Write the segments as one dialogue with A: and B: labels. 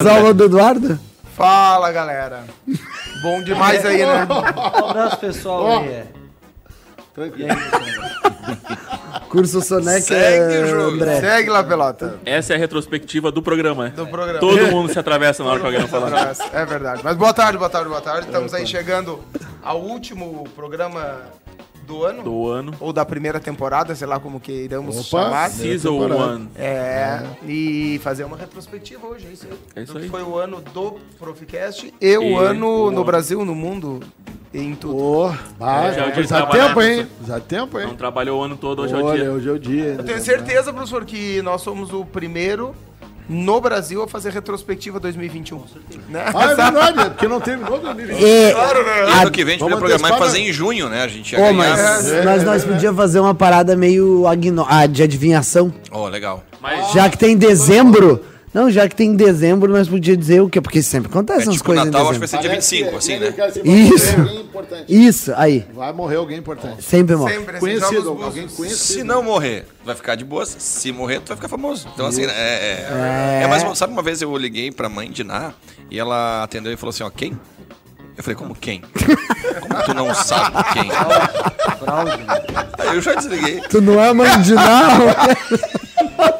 A: As aulas do Eduardo?
B: Fala, galera. Bom demais aí, né?
C: Um abraço, pessoal.
D: Ó.
C: aí, é.
D: Tranquilo.
A: Curso Sonec
B: Segue
A: é,
B: o jogo.
A: André.
B: Segue lá, pelota.
E: Essa é a retrospectiva do programa. né?
B: Do programa.
E: Todo mundo se atravessa na hora que alguém não fala.
B: É verdade. Mas boa tarde, boa tarde, boa tarde. Estamos aí chegando ao último programa do ano.
E: Do ano.
B: Ou da primeira temporada, sei lá como que iremos
D: Opa.
B: chamar.
D: Sim.
E: Season
D: temporada.
E: 1.
B: É, e fazer uma retrospectiva hoje, é isso aí.
E: É isso
B: Tudo que
E: aí.
B: Foi o ano do Proficast e o
E: E
B: ano
E: o
B: no
E: ano.
B: Brasil, no mundo, em tudo.
D: Pô, ah,
E: É, já é o dia de
D: já
E: trabalhar,
D: tempo, hein? Já é tempo,
E: Não
D: hein?
E: trabalhou o ano todo, hoje é o
D: Olha,
E: dia.
D: hoje é o dia.
B: Eu tenho certeza, professor, que nós somos o primeiro no Brasil a fazer retrospectiva 2021. Né?
D: Ah, é verdade, é porque não terminou, Danilo.
A: E,
F: E ano que vem a
D: Vamos
F: gente podia programar e
D: antecipar,
F: fazer
D: né?
F: em junho, né? A gente ia
A: Ô,
F: ganhar.
A: mas,
D: É,
A: mas
D: é,
A: nós
D: é.
A: podíamos fazer uma parada meio agno- ah, de adivinhação.
F: Ó, legal.
E: Mas
A: Já que tem dezembro. Não, já que tem dezembro, nós podíamos dizer o quê? Porque sempre
F: É
A: acontecem essas
F: tipo
A: coisas em
F: Natal, acho que vai
A: dezembro.
F: ser dia 25, assim,
D: é
F: né?
A: Isso.
D: Isso.
A: Isso, aí.
D: Vai morrer alguém importante.
A: Sempre morre.
B: Sempre, assim,
D: Conhecido,
B: jogos
D: alguém
B: búzios.
D: conhecido.
F: Se não morrer, vai ficar de boas. Se morrer, tu vai ficar famoso. Então, assim, né, é, é, é. mais uma- sabe uma vez eu liguei pra mãe de Ná e ela atendeu e falou assim: ó, quem? Eu falei, como quem? Como tu não sabe quem?
C: Fraude.
F: Aí eu já desliguei.
A: Tu não é mãe de não?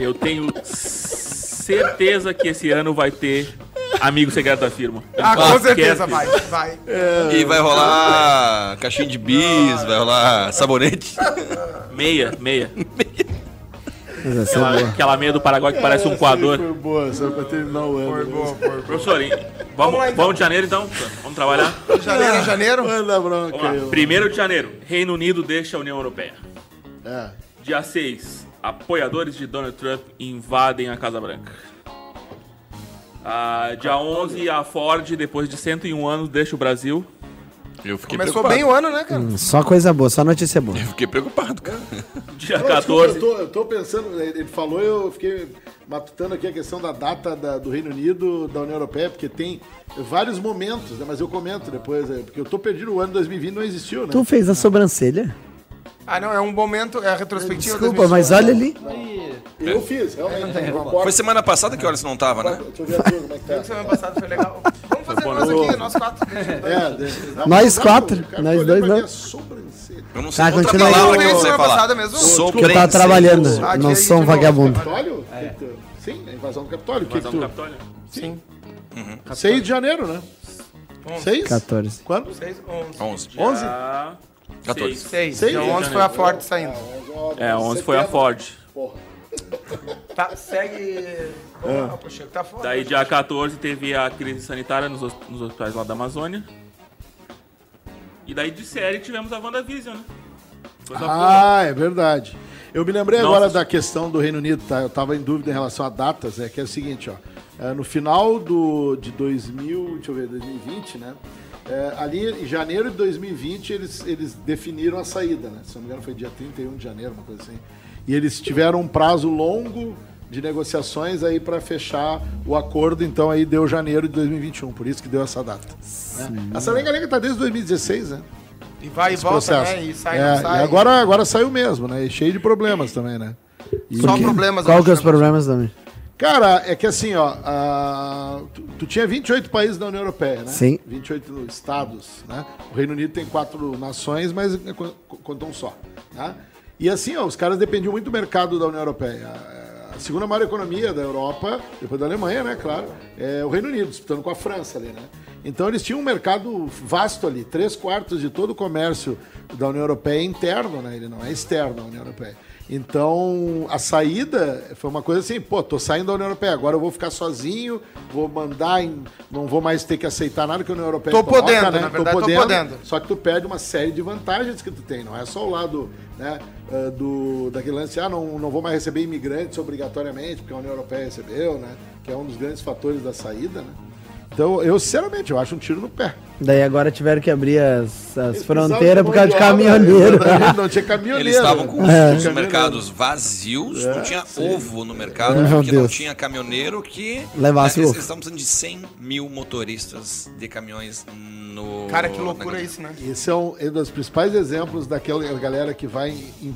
E: eu tenho certeza que esse ano vai ter amigo secreto da firma.
B: Ah, com
E: Esquece.
B: certeza, vai, vai.
F: E vai rolar caixinha de bis, vai rolar sabonete.
E: Meia, meia.
A: Mas essa é
E: Aquela,
A: boa.
E: aquela meia do Paraguai que parece um coador.
D: Foi boa, só pra terminar o ano.
B: Foi boa, foi boa.
E: Professor, hein? vamos,
B: lá,
E: vamos,
B: então.
E: de janeiro então? Vamos trabalhar?
B: Janeiro, janeiro?
D: Manda bronca,
E: Vamos lá.
D: eu.
E: Primeiro de janeiro, Reino Unido deixa a União Europeia.
D: É.
E: Dia 6, apoiadores de Donald Trump invadem a Casa Branca. Ah, dia 11, a Ford, depois de 101 anos, deixa o Brasil.
F: Eu fiquei
B: Começou
F: preocupado.
B: bem o ano, né, cara?
A: Só coisa boa, só notícia boa.
F: Eu fiquei preocupado, cara.
E: Dia
D: Não, desculpa,
E: 14,
D: eu, tô, eu tô pensando, ele ele falou, eu fiquei matutando aqui a questão da data da- do Reino Unido, da União Europeia, porque tem vários momentos, né? Mas eu comento depois, é, porque eu tô perdido, o ano 2020 não existiu, né?
A: Tu fez a sobrancelha?
B: Ah, não, é um momento, é a retrospectiva.
A: Desculpa,
B: 2021.
A: mas olha ali.
E: É.
D: Eu fiz, realmente.
A: É.
D: Eu concordo.
F: Foi semana passada que horas não tava, né?
D: Deixa eu ver a tua, como é que tá.
B: Semana passada foi legal. Vamos fazer nós aqui, nós quatro.
D: É, de- não,
A: Nós
D: não,
A: quatro,
D: o cara
A: nós
D: olhou
A: dois
D: pra
A: não.
D: minha sobrancelha.
F: Eu não sei
A: Tá,
F: outra
A: continua aí.
F: palavra que eu
B: Não,
F: não sei
B: semana
F: falar.
B: passada mesmo?
A: Porque eu tava
F: Sobrancelha.
A: trabalhando.
B: Ah,
A: Não
B: de-
A: sou um
B: de novo.
A: vagabundo.
D: Capitólio? Que que
A: É.
D: tu- Sim, a invasão do Capitólio. que que tu...
E: vamos Capitólio.
B: Sim.
D: 6 de janeiro, né? 6?
A: 14.
D: Quando?
B: Seis, onze.
F: 11.
D: 11?
E: Dia
F: 14.
E: seis.
B: Seis.
D: Seis?
B: Dia 11 foi a Ford saindo.
E: É, 11 foi a Ford.
D: Porra.
B: Tá, segue.
D: É.
B: Vamos lá, Pacheco, tá fora.
E: Daí, dia 14, teve a crise sanitária nos, hos- nos hospitais lá da Amazônia. E daí, de série, tivemos a WandaVision, né? Coisa boa.
D: Ah, é verdade. Eu me lembrei
E: Nossa.
D: agora da questão do Reino Unido, tá? Eu tava em dúvida em relação a datas, é que é o seguinte, ó. É, no final do, de 2000, deixa eu ver, 2020, né? É, ali em janeiro de 2020 eles, eles definiram a saída, né? Se não me engano foi dia 31 de janeiro, uma coisa assim. E eles tiveram um prazo longo de negociações aí para fechar o acordo, então aí deu janeiro de 2021, por isso que deu essa data. Né? Essa lenga-lenga tá desde 2016, né?
B: E vai e
D: esse
B: volta,
D: processo.
B: né? E sai,
D: É,
B: não sai.
D: e agora, agora saiu mesmo, né? E cheio de problemas também, né? E-
B: Só problemas.
A: Qual
B: eu
A: que é os
B: acho, né?
A: problemas também?
D: Cara, é que assim, ó, a- tu, tu tinha 28 países da União Europeia, né?
A: Sim.
D: 28 estados, né? O Reino Unido tem quatro nações, mas é co- co- contou um só, tá? E assim, ó, os caras dependiam muito do mercado da União Europeia. A- A segunda maior economia da Europa, depois da Alemanha, né, claro, é o Reino Unido, disputando com a França ali, né? Então eles tinham um mercado vasto ali, três quartos de todo o comércio da União Europeia é interno, né? Ele não é externo à União Europeia. Então, a saída foi uma coisa assim, pô, tô saindo da União Europeia, agora eu vou ficar sozinho, vou mandar, em- não vou mais ter que aceitar nada que a União Europeia
B: Tô
D: coloca,
B: podendo,
D: né?
B: na verdade, tô podendo.
D: Só que tu perde uma série de vantagens que tu tem, não é só o lado, né, ah, do, daquele lance, ah, não, não vou mais receber imigrantes obrigatoriamente, porque a União Europeia recebeu, né, que é um dos grandes fatores da saída, né. Então, eu, sinceramente, eu acho um tiro no pé.
A: Daí agora tiveram que abrir as, as
D: Eles
A: fronteiras por causa de
D: precisavam mão de obra,
A: caminhoneiro.
D: exatamente, Não tinha caminhoneiro.
F: Eles estavam com
A: É.
D: né?
F: os
D: Caminhoneiro.
F: mercados vazios,
B: É.
F: não tinha ovo no mercado,
A: Meu
F: porque não
A: Deus.
F: tinha caminhoneiro que...
A: Levasse
F: né,
A: ovo.
F: eles estão precisando de 100 mil motoristas de caminhões no...
B: Cara, que
F: na
B: loucura
F: grande-
B: isso, né?
D: Esse é um, é um dos principais exemplos daquela galera que vai em-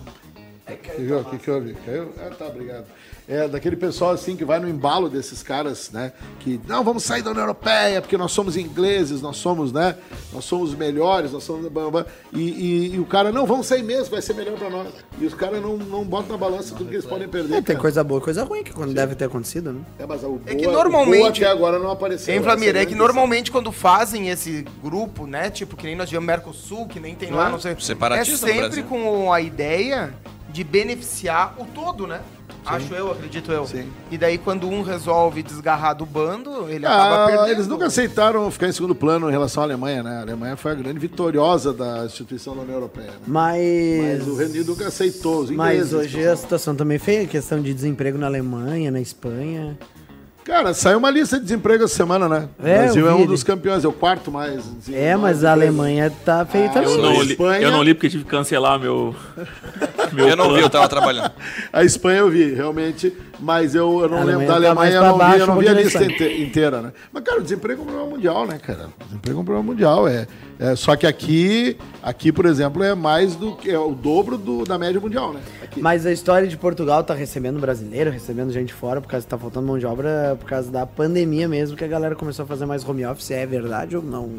D: Que que- que, que houve? Caiu? Ah, tá, obrigado. É daquele pessoal assim que vai no embalo desses caras, né? Que não, vamos sair da União Europeia porque nós somos ingleses, nós somos, né? Nós somos melhores, nós somos. blá, blá, blá. E, e- e o cara, não, vamos sair mesmo, vai ser melhor pra nós. E os caras não, não botam na balança tudo que eles podem perder.
A: É, tem
D: cara.
A: coisa boa, coisa ruim que quando deve ter acontecido, né?
D: É, mas o
B: É
D: boa,
B: que
D: o boa
B: normalmente-
D: até agora não apareceu.
B: Hein, Vlamir,
D: Essa
B: é
D: grande
B: que
D: questão.
B: normalmente quando fazem esse grupo, né, tipo, que nem nós tivemos Mercosul, que nem tem lá, não sei. É
F: separatismo no
B: sempre
F: Brasil.
B: com a ideia de beneficiar o todo, né? Acho eu, acredito eu.
D: Sim.
B: E daí quando um resolve desgarrar do bando, ele acaba
D: Ah,
B: perdendo.
D: eles nunca aceitaram ficar em segundo plano em relação à Alemanha, né? A Alemanha foi a grande vitoriosa da instituição da União Europeia. Né?
A: Mas.
D: Mas o Reino Unido nunca aceitou. Os
A: Mas
D: ingleses,
A: hoje a
D: pessoal.
A: situação também é feia, questão de desemprego na Alemanha, na Espanha.
D: Cara, saiu uma lista de desemprego essa semana, né? O
A: É,
D: Brasil
A: eu
D: é
A: vi,
D: um
A: ele-
D: dos campeões, é o quarto mais.
A: É, mas a Alemanha tá feia
D: É,
E: Eu
A: também.
E: não, li,
D: Espanha-
E: eu não li porque tive que cancelar meu. meu
F: Eu não vi,
E: plano.
F: eu tava trabalhando.
D: A Espanha eu vi, realmente, mas eu, eu não
A: A Alemanha
D: lembro da
A: tá
D: Alemanha,
A: mais pra
D: eu não vi, eu
A: baixo,
D: não vi a
A: continua
D: lista
A: a Espanha.
D: inte- inteira, né? Mas, cara, o desemprego é um problema mundial, né, cara? O desemprego é um problema mundial, é. é, só que aqui, aqui, por exemplo, é mais do que. É o dobro do- da média mundial, né? Aqui.
A: Mas a história de Portugal tá recebendo brasileiro, recebendo gente fora, por causa que tá faltando mão de obra, por causa da pandemia mesmo, que a galera começou a fazer mais home office. É verdade ou não?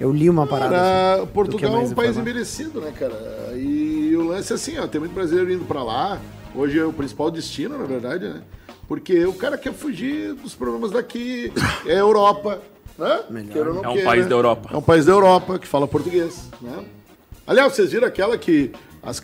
A: Eu li uma parada.
D: Cara,
A: assim, do que
D: Portugal é
A: mais
D: um país
A: informado.
D: envelhecido, né, cara? E o lance é assim, ó, tem muito brasileiro indo pra lá. Hoje é o principal destino, na verdade, né? Porque o cara quer fugir dos problemas daqui, é Europa, né?
A: Melhor.
D: Queira ou não
E: É um
D: queira.
E: país da Europa.
D: É um país da Europa que fala português, né? Aliás, vocês viram aquela que as-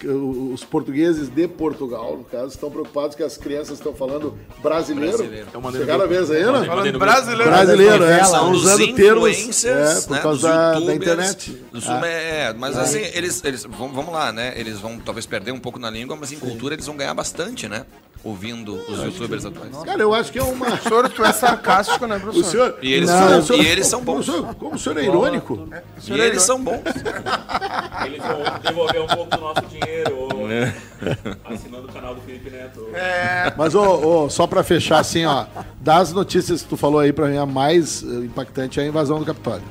D: os portugueses de Portugal, no caso, estão preocupados que as crianças estão falando brasileiro.
F: Brasileiro.
E: Eu mandei no
D: Chegaram a
E: grupo.
D: vez aí,
E: Mandei-
D: né?
E: mandei
B: Falando
E: no
B: brasileiro. né?
D: Brasileiro, é,
A: São
D: estão
F: São dos
D: usando termos
F: influencers,
D: é, por
F: né,
D: causa
F: dos
D: da, da
F: youtubers,
D: internet. Ah.
F: dos sum- é, mas assim, eles, eles vão, vamos lá, né? Eles vão talvez perder um pouco na língua, mas em cultura eles vão ganhar bastante, né? Ouvindo os youtubers atuais.
D: Cara, eu acho que é uma.
B: Professor, tu é sarcástico, né,
D: O
B: professor?
D: senhor.
F: E eles
D: Não,
F: são-
D: o senhor-
F: e eles são bons.
D: Como o senhor, como o senhor é irônico?
F: E eles são bons.
E: Eles vão devolver um pouco do nosso dinheiro
D: É.
E: assinando o canal do Felipe Neto.
D: Mas, ô, ô, só pra fechar, assim, ó. Das notícias que tu falou aí, pra mim, a mais eh, impactante é a invasão do Capitólio.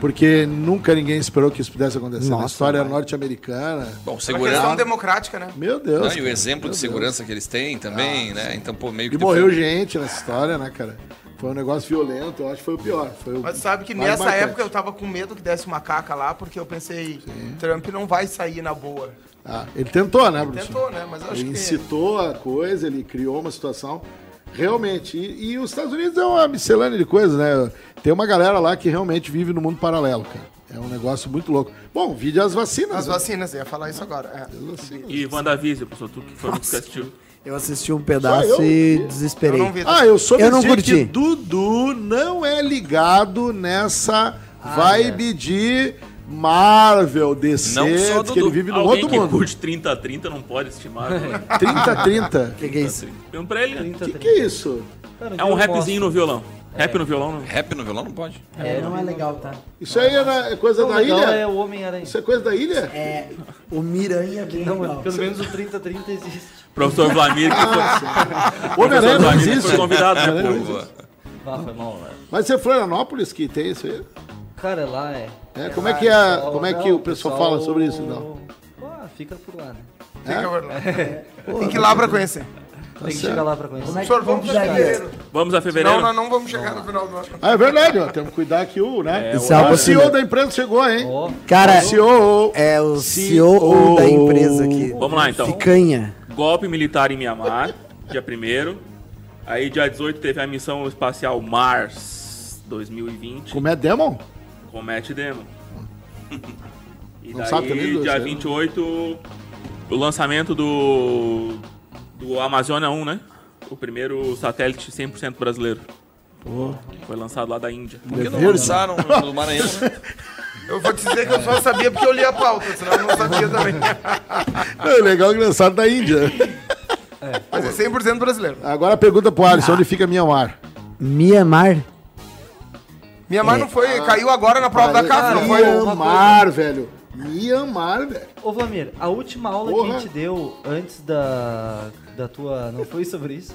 D: Porque nunca ninguém esperou que isso pudesse acontecer. Na história norte-americana.
B: É
F: Bom,
B: uma questão
F: segurança.
B: democrática, né?
D: Meu Deus.
F: Não, e o exemplo de segurança que eles têm também, né? Então, pô, meio que.
D: E morreu gente nessa história, né, cara? Foi um negócio violento, eu acho que foi o pior. Foi o
B: Mas sabe que
D: mais
B: nessa
D: marcante.
B: época eu tava com medo que desse uma caca lá, porque eu pensei, Trump não vai sair na boa.
D: Ah, ele tentou, né, Bruno?
B: Tentou, né? Mas eu acho
D: Ele
B: que.
D: incitou a coisa, ele criou uma situação. Realmente, e, e os Estados Unidos é uma miscelânea de coisas, né? Tem uma galera lá que realmente vive no mundo paralelo, cara. É um negócio muito louco. Bom, vide as vacinas.
B: As
D: né?
B: vacinas, eu ia falar isso agora. é.
D: Vacinas.
E: E WandaVision, professor, tu que foi muito castigo.
A: Eu assisti um pedaço
D: Só eu?
A: e desesperei.
B: Eu não vi.
D: Ah, eu soube
A: Eu não
D: dizer
A: curti.
D: que Dudu não é ligado nessa vibe de Marvel, DC,
F: Não só
D: diz que ele
F: Dudu.
D: vive num
E: Alguém
D: outro
E: que
D: mundo.
E: curte 30 a 30 não pode estimar. né?
D: 30-30.
A: Peguei é isso.
E: Pergunta pra ele. né?
D: O que, que é isso?
E: É um rapzinho no violão. Rap no violão né? não.
F: Rap no violão não pode.
A: É, não é legal, tá?
D: Isso aí é, na- é coisa
C: O
D: da
C: legal é
D: ilha?
C: o Homem-Aranha.
D: Isso é coisa da ilha?
A: É, o Miranha é bem legal.
C: Não, pelo menos o 30-30 existe.
E: Professor Vlamir, que foi,
D: Homem-Aranha
E: professor
D: não
E: Vlamir que foi
D: existe.
E: convidado, né? pô?
F: Boa.
C: Ah, foi mal, velho.
D: Mas é Florianópolis que tem isso aí?
C: Cara, lá é.
D: É, como é que, a, como é que o pessoal fala sobre isso, então?
C: Ah, fica por lá, né?
B: Fica por lá.
D: É.
B: Tem que ir lá pra conhecer.
D: Tá
C: Tem que chegar lá pra conhecer.
A: Como é que
B: Senhor, vamos pra
A: convidaria?
B: fevereiro.
E: Vamos a
B: Não,
E: fevereiro.
B: nós não vamos chegar no final do ano.
D: Ah, é verdade, ó. Temos que cuidar que o, né?
A: Isso é uma
D: o CEO
A: possível.
D: da empresa chegou, hein?
C: Ó,
A: Cara,
D: O CEO.
A: é o CEO da empresa aqui.
E: Vamos lá, então.
A: Picanha.
E: Golpe militar em Mianmar, dia 1 Aí dia 18 teve a missão espacial Mars 2020
D: Como é Demon?
E: com Matt Damon. E
D: Não sabe também
E: daí
D: do-
E: dia
D: sei lá.
E: 28 o lançamento do do Amazônia 1, né? O primeiro satélite 100% brasileiro. Foi lançado lá da Índia.
F: Por que não lançaram no Maranhão? né?
B: Eu vou te dizer que eu só sabia porque eu li a pauta, senão eu não sabia também.
D: É legal engraçado da Índia.
B: Mas é 100% brasileiro.
D: Agora a pergunta pro Alisson, onde fica Mianmar?
A: Mianmar.
B: Minha mãe não foi,
D: É.
B: caiu agora na prova da CAF, não foi?
D: Mianmar, velho. Mianmar, velho.
C: Ô, Vlamir, a última aula que
D: Porra.
C: a gente deu antes da, da tua. Não foi sobre isso?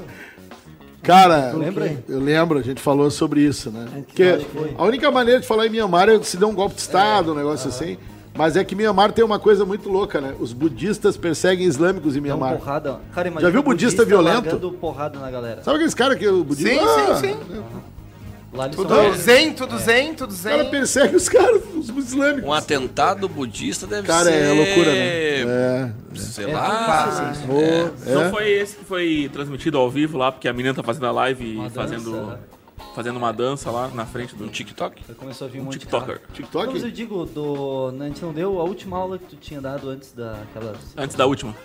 D: Cara,
C: lembra aí?
D: eu lembro, a gente falou sobre isso, né? Porque
C: acho que foi.
D: a única maneira de falar em Mianmar é se der um golpe de Estado, um negócio assim. Mas é que Mianmar tem uma coisa muito louca, né? Os budistas perseguem islâmicos em
C: Dá um uma
D: Mianmar.
C: porrada. ó. Cara, imagina
D: Já viu
C: o
D: budista violento?
C: largando porrada na galera.
D: Sabe aqueles caras que o budista...
B: Sim,
D: Ah,
B: sim, sim.
C: Lá eles
B: Tudo
C: são... né?
B: zen, tudo zen, tudo
D: O
B: zen.
D: cara persegue os caras, os islâmicos.
F: Um atentado budista deve
D: Cara,
F: ser...
D: é loucura, né? É.
F: Sei lá... É,
E: Não foi esse que foi transmitido ao vivo lá, porque a menina tá fazendo a live
C: Uma
E: e fazendo,
C: dança, né?
E: fazendo uma dança lá na frente do
F: Um TikTok?
C: Aí Começou a vir um monte de
E: TikToker.
C: cara. Não, mas
D: TikTok?
C: eu digo, do... né, a gente não deu a última aula que tu tinha dado antes daquela...
E: Antes da última.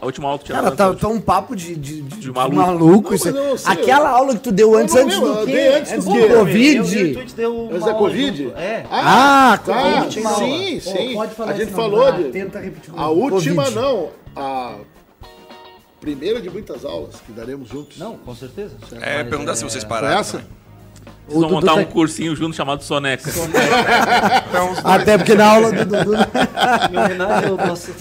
E: A última aula que tinha
A: Cara,
E: dado
A: tá,
E: antes da
A: tá um papo de, de, de- de maluco.
E: Então, maluco.
A: isso.
D: Não, mas eu não sei,
A: Aquela aula que tu deu antes,
D: não
A: antes
D: lembro,
A: do
D: eu
A: quê?
D: dei antes do
A: antes do
D: quê?
A: Covid.
C: Eu, eu, eu te deu uma
D: Antes da
C: aula
D: Covid?
C: junto. É.
A: Ah,
D: tá,
A: Covid,
D: sim,
A: uma aula.
D: sim,
A: Ô, pode falar
D: A gente
A: isso, não,
D: falou
A: vai lá,
D: de...
A: tenta repetir
D: A
A: comigo.
D: última
A: Covid.
D: não, a primeira de muitas aulas que daremos juntos.
C: Não, com certeza.
F: É,
C: Mas,
F: perguntar
C: é,
F: se vocês
D: Foi
F: pararam.
D: essa?
F: também.
E: Vocês vão
A: O Dudu
E: montar um
A: tá-
E: cursinho junto chamado Soneca.
B: Então, os dois-
A: Até porque na aula do Dudu...
C: Meu Renato, eu posso...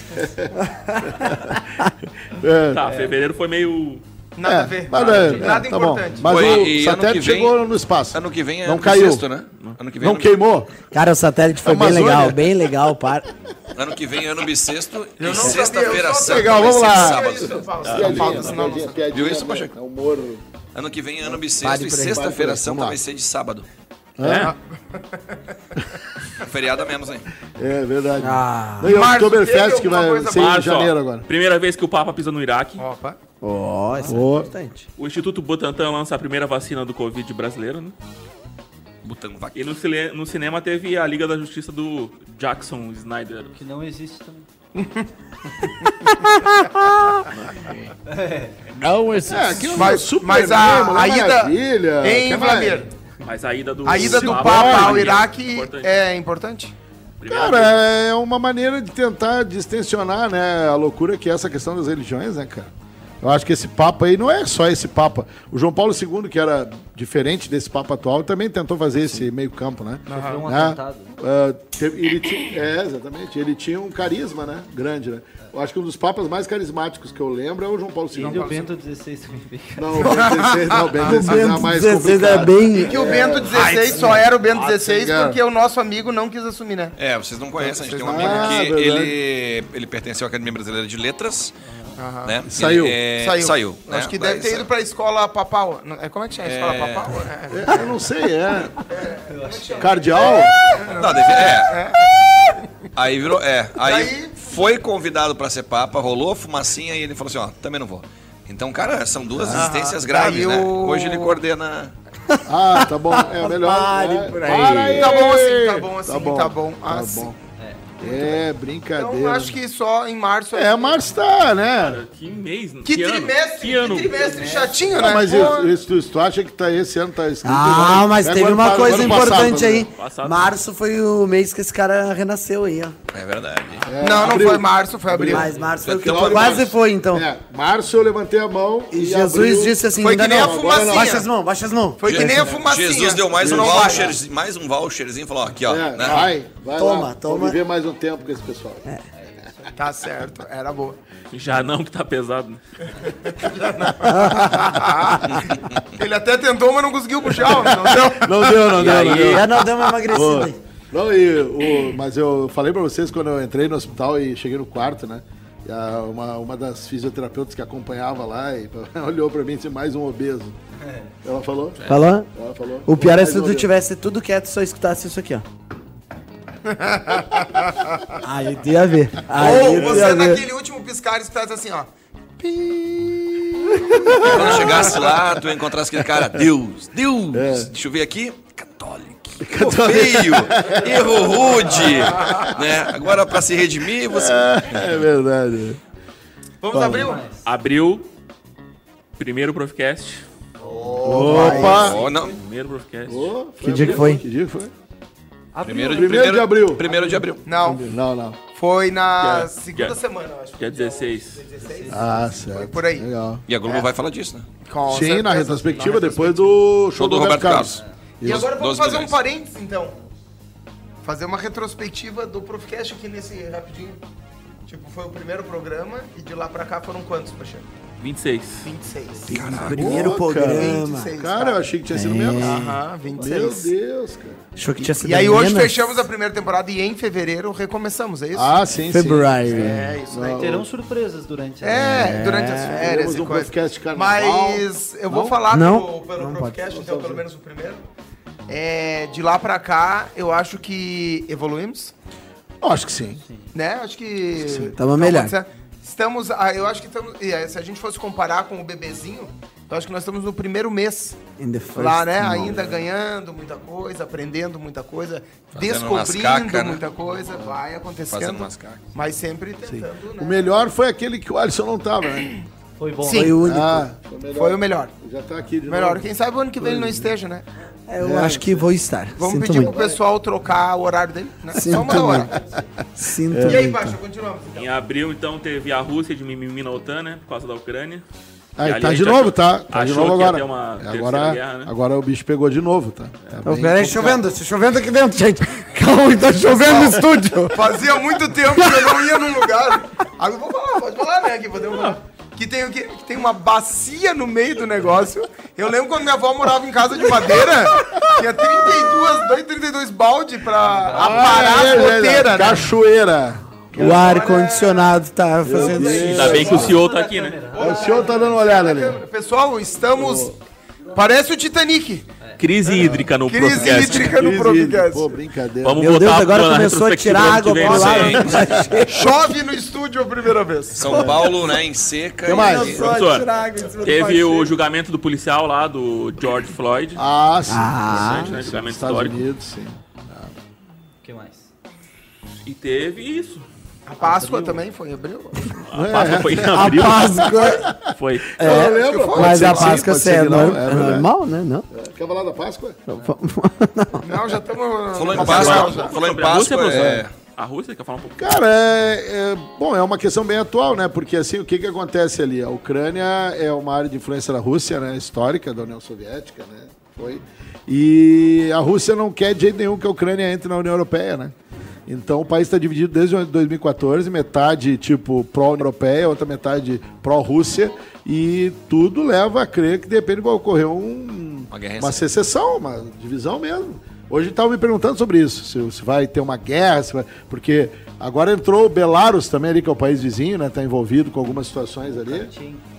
D: É,
E: tá, fevereiro foi meio.
B: Nada
D: é,
B: a ver.
D: nada,
B: Nada,
D: é,
B: nada
D: tá
B: importante.
D: bom. Mas
F: Foi,
D: o
F: e ano
D: satélite
F: que vem-
D: chegou no espaço.
F: Ano que vem é
D: Não
F: ano
D: caiu.
F: sexto, né? Ano que vem é
D: Não
F: ano-
D: queimou.
A: Cara, o satélite foi bem
D: Amazônia.
A: legal, bem legal. Par...
F: Ano que vem é ano bissexto
B: não
F: e
B: sabia,
F: sexta-feira
B: eu só-
F: santa.
D: Legal,
F: vai
D: vamos
F: ser
D: lá. É
F: sábado.
B: Isso, Paulo,
D: Piadinha,
B: Paulo, senão não-
D: piadinha, piadinha,
F: Viu isso,
D: né?
F: Pacheco?
D: É humor.
F: Ano que vem é ano
A: Pare
F: bissexto
A: por aí,
D: pare
F: e
D: por aí,
F: sexta-feira
D: vamos
F: santa
D: lá.
F: vai ser de sábado. É
E: É?
F: Feriado a menos, hein?
D: É verdade.
A: Ah.
D: Não, e o
B: Março,
D: Oktoberfest
B: teve
D: que
B: alguma
D: vai
B: coisa
D: ser em
E: Março, ó,
D: janeiro agora.
E: Primeira vez que o Papa pisa no Iraque.
B: Opa.
A: Ó, isso é
D: Ó.
A: importante.
E: O Instituto Butantan lança a primeira vacina do Covid brasileiro, né?
F: Botando
E: E
F: vaquinha.
E: no, cile- no cinema teve a Liga da Justiça do Jackson Snyder.
C: Que não existe também.
A: Não, esse...
D: É, aqui é
B: Mas- mas a- a ida-
D: Maravilha.
B: Hein,
D: que mais?
B: Vladimir?
E: Mas a ida do
B: A ida do
E: Papa
B: Papa ao
E: primeiro,
B: Iraque
E: importante.
B: é importante?
E: Primeira
D: Cara,
E: vez.
D: é uma maneira de tentar distensionar, né, a loucura que é essa questão das religiões, né, cara? Eu acho que esse Papa aí não é só esse Papa. O João Paulo II, que era diferente desse Papa atual, também tentou fazer esse meio campo, né?
C: Sofreu um
D: Né?
C: atentado.
D: Ah, teve- ele ti- é, exatamente. Ele tinha um carisma, né? Grande, né? Eu acho que um dos papas mais carismáticos que eu lembro é o João Paulo II.
C: E o Bento 16 também veio.
D: Não, o Ben 16 não, o Ben 16 é mais
A: 16 é
D: complicado.
A: bem...
B: Que o Bento 16 só era o Bento
F: Ah,
B: 16
D: cara.
B: porque o nosso amigo não quis assumir, né?
F: É, vocês não conhecem, a gente tem um
D: não-
F: amigo
D: Ah,
F: que
D: verdade.
F: ele, ele pertenceu à Academia Brasileira de Letras. Né? E
D: Saiu.
F: ele, é, saiu. né?
B: Acho que
F: Daí
B: deve ter
F: saiu.
B: ido pra escola papal. Não, É, como é que chama? Escola
F: É.
B: papal? É.
D: É, eu não sei, é. Cardeal?
F: Não, deve, é. Aí virou. É. Aí
B: Daí-
F: foi convidado pra ser papa, rolou a fumacinha e ele falou assim: ó, também não vou. Então, cara, são duas existências graves,
B: Ah, Daí
F: né?
B: o-
F: Hoje ele coordena.
D: Ah, tá bom. É melhor.
A: Pare
D: é,
A: por aí.
D: para aí.
B: Tá bom assim, tá bom assim, tá bom
D: Tá
B: assim.
D: bom. É, brincadeira.
B: Então acho que só em março.
D: É, março tá, né?
E: Que mês?
B: Que,
E: ano?
B: trimestre,
E: Que ano?
B: que trimestre chatinho, né?
D: Ah, mas
B: Pô,
D: isso, isso, tu- isso tu acha que tá, esse ano tá escrito?
A: Ah, mas
D: Pega o
A: teve
D: ano
A: uma
D: pa-
A: coisa
D: ano passado,
A: importante
D: né?
A: aí.
E: Passado.
A: Março foi o mês que esse cara renasceu aí, ó.
F: É verdade.
B: não, não
D: abril.
B: foi março, foi abril.
A: Mas março foi o que
F: Então,
A: tu quase
D: março.
A: foi, então.
D: É, março eu levantei a mão
A: E Jesus
D: abril-
A: disse assim,
B: Foi
A: ainda
B: que nem
A: não.
B: a
D: agora não.
B: fumacinha.
A: Baixa as mãos, baixa as mãos.
B: Foi que nem a fumacinha.
F: Jesus deu mais um,
B: Não vai.
F: voucher, mais um voucherzinho e falou: ó, aqui, ó.
D: É, vai,
F: né?
D: vai
A: assim, Toma,
D: lá.
A: toma. É.
D: Vou viver mais um tempo com esse pessoal.
B: Tá certo, era boa.
E: Já não, que tá pesado. né?
B: Ele até tentou, mas não conseguiu puxar. ó, Não deu.
D: Não deu, não
E: E aí,
A: Já não deu uma emagrecida aí.
D: Não, e o- mas eu falei pra vocês quando eu entrei no hospital e cheguei no quarto, né? E a- uma, uma das fisioterapeutas que acompanhava lá e olhou pra mim e disse, mais um obeso.
B: É.
D: Ela falou?
A: Falou?
D: Ela falou.
A: O pior é
D: "Mais
A: se
D: um
A: tu
D: obeso."
A: tivesse tudo quieto e só escutasse isso aqui, ó. Aí tu ia ver. Aí
B: Ou
A: tu ia
B: você
A: ver.
B: naquele último piscar escutasse assim, ó.
F: Quando chegasse lá, tu encontrasse aquele cara,
B: É.
F: Deus, Deus, deixa eu ver aqui, católico. Erro feio, erro rude, né? Agora pra se redimir, você.
D: É verdade.
B: Vamos abrir um? o.
E: Abril. Primeiro Profcast.
D: Opa!
F: Ó, não.
E: Primeiro Profcast.
D: Ô,
A: Que dia que foi?
D: Que dia que foi?
F: Primeiro,
D: Primeiro de abril.
F: Primeiro de abril.
B: Não,
D: Não, não.
B: foi na
E: Yeah,
B: segunda
E: yeah.
B: semana, eu acho.
E: Dia 16.
D: Ah, certo.
B: por aí.
D: Legal.
F: E a Globo vai falar disso, né?
B: Com
D: Sim, na
B: certeza.
D: retrospectiva, depois do show
F: Show do Roberto Carlos.
B: E agora vamos
F: 12
B: fazer
F: milhões.
B: um parênteses, então. Fazer uma retrospectiva do Profcast aqui nesse rapidinho. Tipo, foi o primeiro programa e de lá pra cá foram quantos, Pacheco?
E: 26.
B: 26.
A: Primeiro
D: Ô,
A: programa. É.
D: Cara, eu achei que tinha sido menos.
B: Aham, 26.
D: Meu Deus, cara.
A: Achou que tinha sido
B: E aí hoje
A: menos?
B: fechamos a primeira temporada e em fevereiro recomeçamos, é isso?
D: Ah, sim,
A: February.
B: é, isso aí.
C: Terão surpresas durante a...
B: É, durante as férias
D: teremos
B: e
D: um
B: coisa.
D: podcast de carnaval.
B: Mas eu vou falar
A: Não?
B: pelo, pelo
A: Não
B: podcast, então, pelo menos o primeiro. É, de lá pra cá, eu acho que evoluímos,
D: sim. Acho que sim.
B: né? Acho que... tá
A: Tamo melhor.
B: acontecendo. Estamos, ah, eu acho que estamos... e, eh, Se a gente fosse comparar com o bebezinho, eu acho que nós estamos no primeiro mês.
A: In the first
B: lá, né?
A: month.
B: Ainda ganhando muita coisa, aprendendo muita coisa,
F: Fazendo umas
B: descobrindo
F: caca, né?
B: muita coisa, vai acontecendo.
F: Fazendo umas cacas.
B: Mas sempre tentando,
D: O
B: né?
D: melhor foi aquele que o Alisson não tava, né?
C: Foi bom.
A: Foi o único.
D: Ah, foi o melhor.
B: Foi o melhor.
D: Já tá aqui de
B: Melhor.
D: novo.
B: Quem sabe o ano que vem ele não esteja, né?
A: Eu acho que vou estar.
B: Vamos
A: é. Sinto
B: pedir
A: muito.
B: pro pessoal trocar o horário dele, né? Só
A: Sinto
B: uma hora.
A: muito. Sinto
B: E aí,
A: muito.
B: Baixa, continuamos. então.
E: Em abril, então, teve a Rússia de mimimi na OTAN, né? Por causa da Ucrânia. E
D: Aí,
E: ali
D: tá
E: a
D: de
E: gente
D: novo,
E: achou-
D: tá? Tá de
E: achou
D: novo
E: que ia
D: agora.
E: ter uma
D: É,
E: terceira
D: agora,
E: guerra, né?
D: agora o bicho pegou de novo, tá? Tá
A: Ô,
D: bem
A: Peraí,
D: complicado.
A: chovendo, tá chovendo aqui dentro, gente. Calma, tá chovendo no estúdio.
B: Fazia muito tempo que eu não ia num lugar. Agora eu vou falar, pode falar, né? Que, podemos falar. que, tem, o quê? que tem uma bacia no meio do negócio. Eu lembro quando minha avó morava em casa de madeira, tinha 32, dois 32 balde pra aparar a
D: é, é, é,
B: goteira, né?
D: Cachoeira.
A: O ar-condicionado tá fazendo.
E: Ainda bem que o CEO tá aqui, né?
D: O senhor tá dando uma olhada ali.
B: Pessoal, estamos... Parece o Titanic.
E: Crise hídrica no
B: Crise
E: podcast.
B: hídrica no
D: Crise,
B: Probicast.
D: Pô, brincadeira.
E: Vamos
A: Meu Deus,
E: botar
A: agora
E: na
A: começou a
E: retrospectiva
A: tirar
E: ano que
A: água
E: vem,
A: pra
E: né?
A: lá.
F: Sim.
B: Chove no estúdio a primeira vez.
F: São Paulo, né, em seca.
D: Que
F: e-
D: mais?
F: e-
E: Professor, Teve o julgamento do policial lá, do George Floyd.
D: Ah, sim.
A: Ah,
E: Interessante, né? Julgamento
D: Estados
E: histórico.
D: Unidos, sim.
C: O que mais?
E: E teve isso.
B: A Páscoa também foi em abril?
E: A Páscoa foi em
A: É. a
E: abril.
A: Páscoa.
E: Foi.
A: É,
D: eu lembro. pode
A: mas
D: ser
A: a
D: que sim,
A: Páscoa
D: pode
A: cê é,
D: que não,
A: nor-
D: é
A: é
D: verdade.
A: normal, né? Não.
D: Quer falar da Páscoa?
B: Não, já estamos...
F: Falou em Páscoa. Falou em
E: Sobre a Rússia,
F: Páscoa.
E: professor?
F: É,
D: né?
E: A Rússia quer falar um pouco.
D: Cara, é, é- bom, é uma questão bem atual, né? Porque assim, o que que acontece ali? A Ucrânia é uma área de influência da Rússia, né? Histórica da União Soviética, né? Foi. E a Rússia não quer de jeito nenhum que a Ucrânia entre na União Europeia, né? Então o país está dividido desde 2014, metade tipo pró-União Europeia, outra metade pró-Rússia, e tudo leva a crer que de repente vai ocorrer um,
F: Uma guerra
D: uma secessão, uma divisão mesmo. Hoje estava me perguntando sobre isso, se, se vai ter uma guerra, se vai- porque agora entrou o Belarus também ali, que é o país vizinho, né? Está envolvido com algumas situações ali.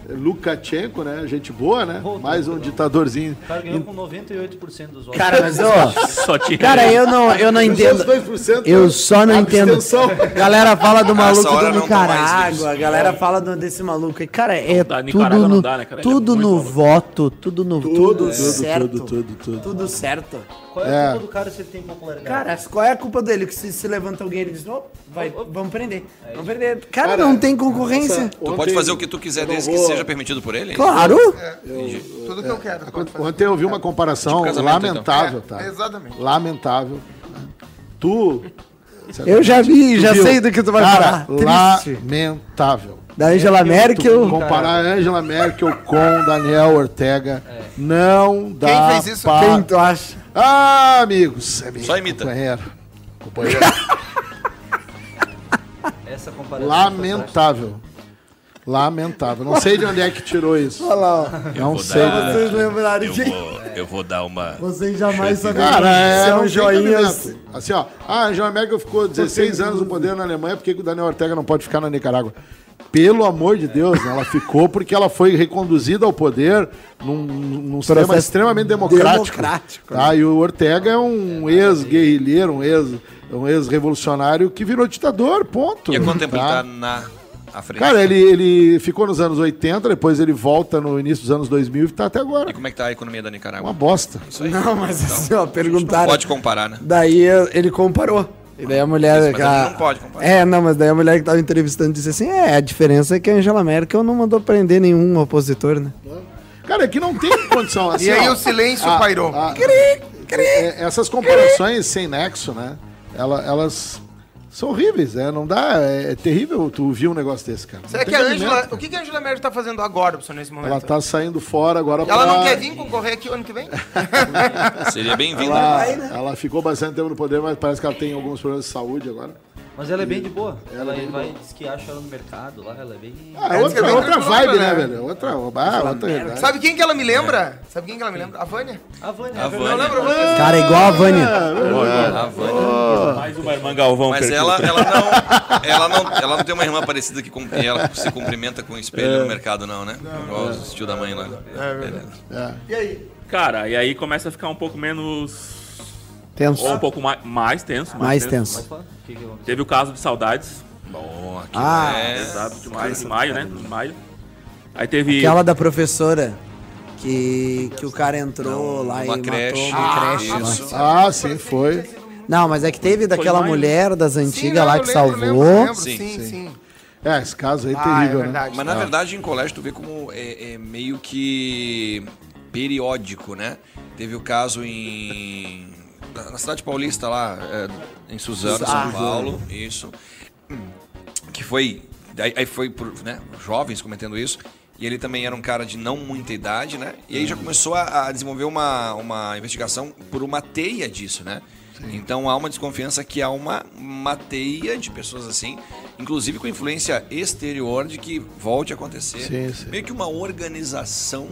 D: Lukashenko, né? Gente boa, né?
C: Voltou,
D: Mais um
C: Pedro.
D: ditadorzinho.
C: O cara ganhou com 98% dos votos.
A: Cara, mas ó.
E: Só tinha.
A: Cara, eu não, eu não entendo.
D: 2%
A: Eu só não entendo.
D: né? abstenção.
A: Galera fala do maluco
F: hora
A: do
F: não tá mais
A: Nicarágua,
F: nisso.
A: a galera fala do- desse maluco. aí. Cara, é
E: dá, Nicarágua
A: tudo
E: não
A: no,
E: dá, né, cara? Ele é
A: tudo
E: muito
A: no
E: maluco.
A: voto, tudo no
D: Tudo, tudo,
A: certo.
D: tudo, tudo, tudo.
A: certo.
C: Qual é a culpa do cara se ele tem popularidade?
A: Cara, qual é a culpa dele? Que se, se levanta alguém ele diz, "Ô, vai, vamos prender. Vamos prender. Cara, não tem concorrência.
D: Nossa,
F: Tu
D: ontem-
F: pode fazer o que tu quiser,
D: eu não
F: desde que
D: vou-
F: seja permitido por ele?
A: Claro.
B: Tudo que
D: É,
B: eu quero.
D: tá
B: tu pode fazer.
D: Ontem eu vi uma comparação
F: Tipo casamento,
D: lamentável,
B: então.
D: tá?
B: É, exatamente.
D: Lamentável. Tu.
A: Eu já vi, já
D: viu?
A: sei do que tu vai
D: Cara,
A: falar. Triste.
D: lamentável.
A: Da Angela Merkel.
D: Comparar a Angela Merkel com Daniel Ortega não dá.
B: fez isso?
D: pa-
A: Quem tu acha?
D: Ah, amigos. amigo,
F: Só imita.
D: Companheiro. Companheiro.
C: Essa comparação.
D: lamentável. Lamentável. Não sei de onde é que tirou isso. Olha lá, Não sei. de onde é.
A: Vocês lembrarem de...
F: vou, eu vou dar uma.
A: Vocês jamais saberão.
D: Cara,
A: Se
D: é
A: um
D: um
A: joinhas.
D: joinhas. Assim, ó. A Angela Merkel ficou 16 anos no poder na Alemanha, por que que o Daniel Ortega não pode ficar na Nicarágua? Pelo amor de Deus, né? ela ficou porque ela foi reconduzida ao poder num, num sistema extremamente democrático.
A: democrático,
D: tá? E o Ortega é um ex-guerrilheiro, um ex- um ex-revolucionário que virou ditador, ponto.
F: E
B: é
F: há quanto tempo ele
B: né?
D: Tá?
F: tá na à frente?
D: Cara, ele, ele ficou nos anos 80, depois ele volta no início dos anos 2000 e tá até
F: E
D: agora.
F: como é que tá a economia da Nicarágua?
D: Uma bosta.
F: Isso aí.
A: Não, mas assim, ó, perguntaram.
F: Pode comparar, né?
A: Daí ele comparou. E daí a mulher.
F: Isso, mas
A: a-
F: ele não pode comparar.
A: É, não, mas daí a mulher que tava entrevistando disse assim: é, a diferença é que a Angela Merkel não mandou prender nenhum opositor, né?
D: Cara, aqui não tem condição assim.
B: E aí
D: ó.
B: o silêncio pairou.
D: Ah, é, essas comparações sem nexo, né? ela- elas são horríveis, né? Não dá. É, é terrível tu ouvir um negócio desse, cara.
B: Será
D: Não
B: que
D: tem
B: a Angela.
D: cabimento.
B: O que, que a Angela Merkel tá fazendo agora, pessoal, nesse momento?
D: Ela
B: Ela,
D: tá Ah. saindo fora agora
B: não quer vir concorrer aqui o ano que vem?
F: Seria bem-vindo. né?
B: né?
D: Ela, ela ficou bastante tempo no poder, mas parece que ela tem alguns problemas de saúde agora.
C: Mas ela é bem de boa.
D: Ela
C: Ela,
D: é bem de
C: vai, diz que acha ela no mercado lá, ela é bem.
D: Ah,
B: É,
D: outra,
B: descreveu
D: outra
B: outra
D: vibe,
B: palavra,
D: né,
B: né?
D: velho? Outra, ah, outra realidade.
B: Sabe quem que ela me
D: É.
B: lembra? Sabe quem que ela me lembra? A Vânia.
C: A Vânia,
F: A
C: é verdade.
F: Vânia.
B: Lembra a Vânia?
A: Cara, é igual a Vânia.
F: A Vânia.
E: Mais uma irmã Galvão.
F: Mas
E: perdida.
F: ela, ela, não, ela, não, ela não tem uma irmã parecida que cum- e ela se cumprimenta com o espelho
D: É.
F: no mercado, não, né? Igual os tio da mãe lá. Beleza.
B: E aí?
E: Cara, e aí começa a ficar um pouco menos.
A: Tenso.
E: Ou um pouco mais, mais tenso.
A: Mais tenso.
C: Pode falar? O que que eu-
E: Teve o caso de saudades.
F: Bom, aqui
A: Ah,
F: é...
E: Sabe, de maio, de maio, né? De maio. Aí teve.
A: Aquela da professora que, que o cara entrou lá e
F: numa
A: matou
F: creche.
A: uma
F: Ah,
A: creche
F: isso.
A: lá.
D: Ah, sim, foi.
A: Não, mas é que teve daquela
E: mais, né?
A: mulher das
B: Sim,
A: antigas
B: não,
A: lá
B: eu
A: que
B: lembro,
A: salvou.
B: lembro, lembro.
F: Sim,
B: Sim, sim.
D: É, esse caso aí é
B: Ah, é
D: terrível, né?
B: verdade.
F: Mas na verdade em colégio tu vê como é, é meio que periódico, né? Teve o caso em na na cidade paulista lá, é, em Suzano,
A: Ah,
F: São Paulo, isso, que foi aí, aí foi por, né, jovens cometendo isso. E ele também era um cara de não muita idade, né? E aí já
D: Uhum.
F: começou a, a desenvolver uma, uma investigação por uma teia disso, né? Então há uma desconfiança que há uma, uma teia de pessoas assim, inclusive com influência exterior de que volte a acontecer.
D: Sim, sim.
F: Meio que uma organização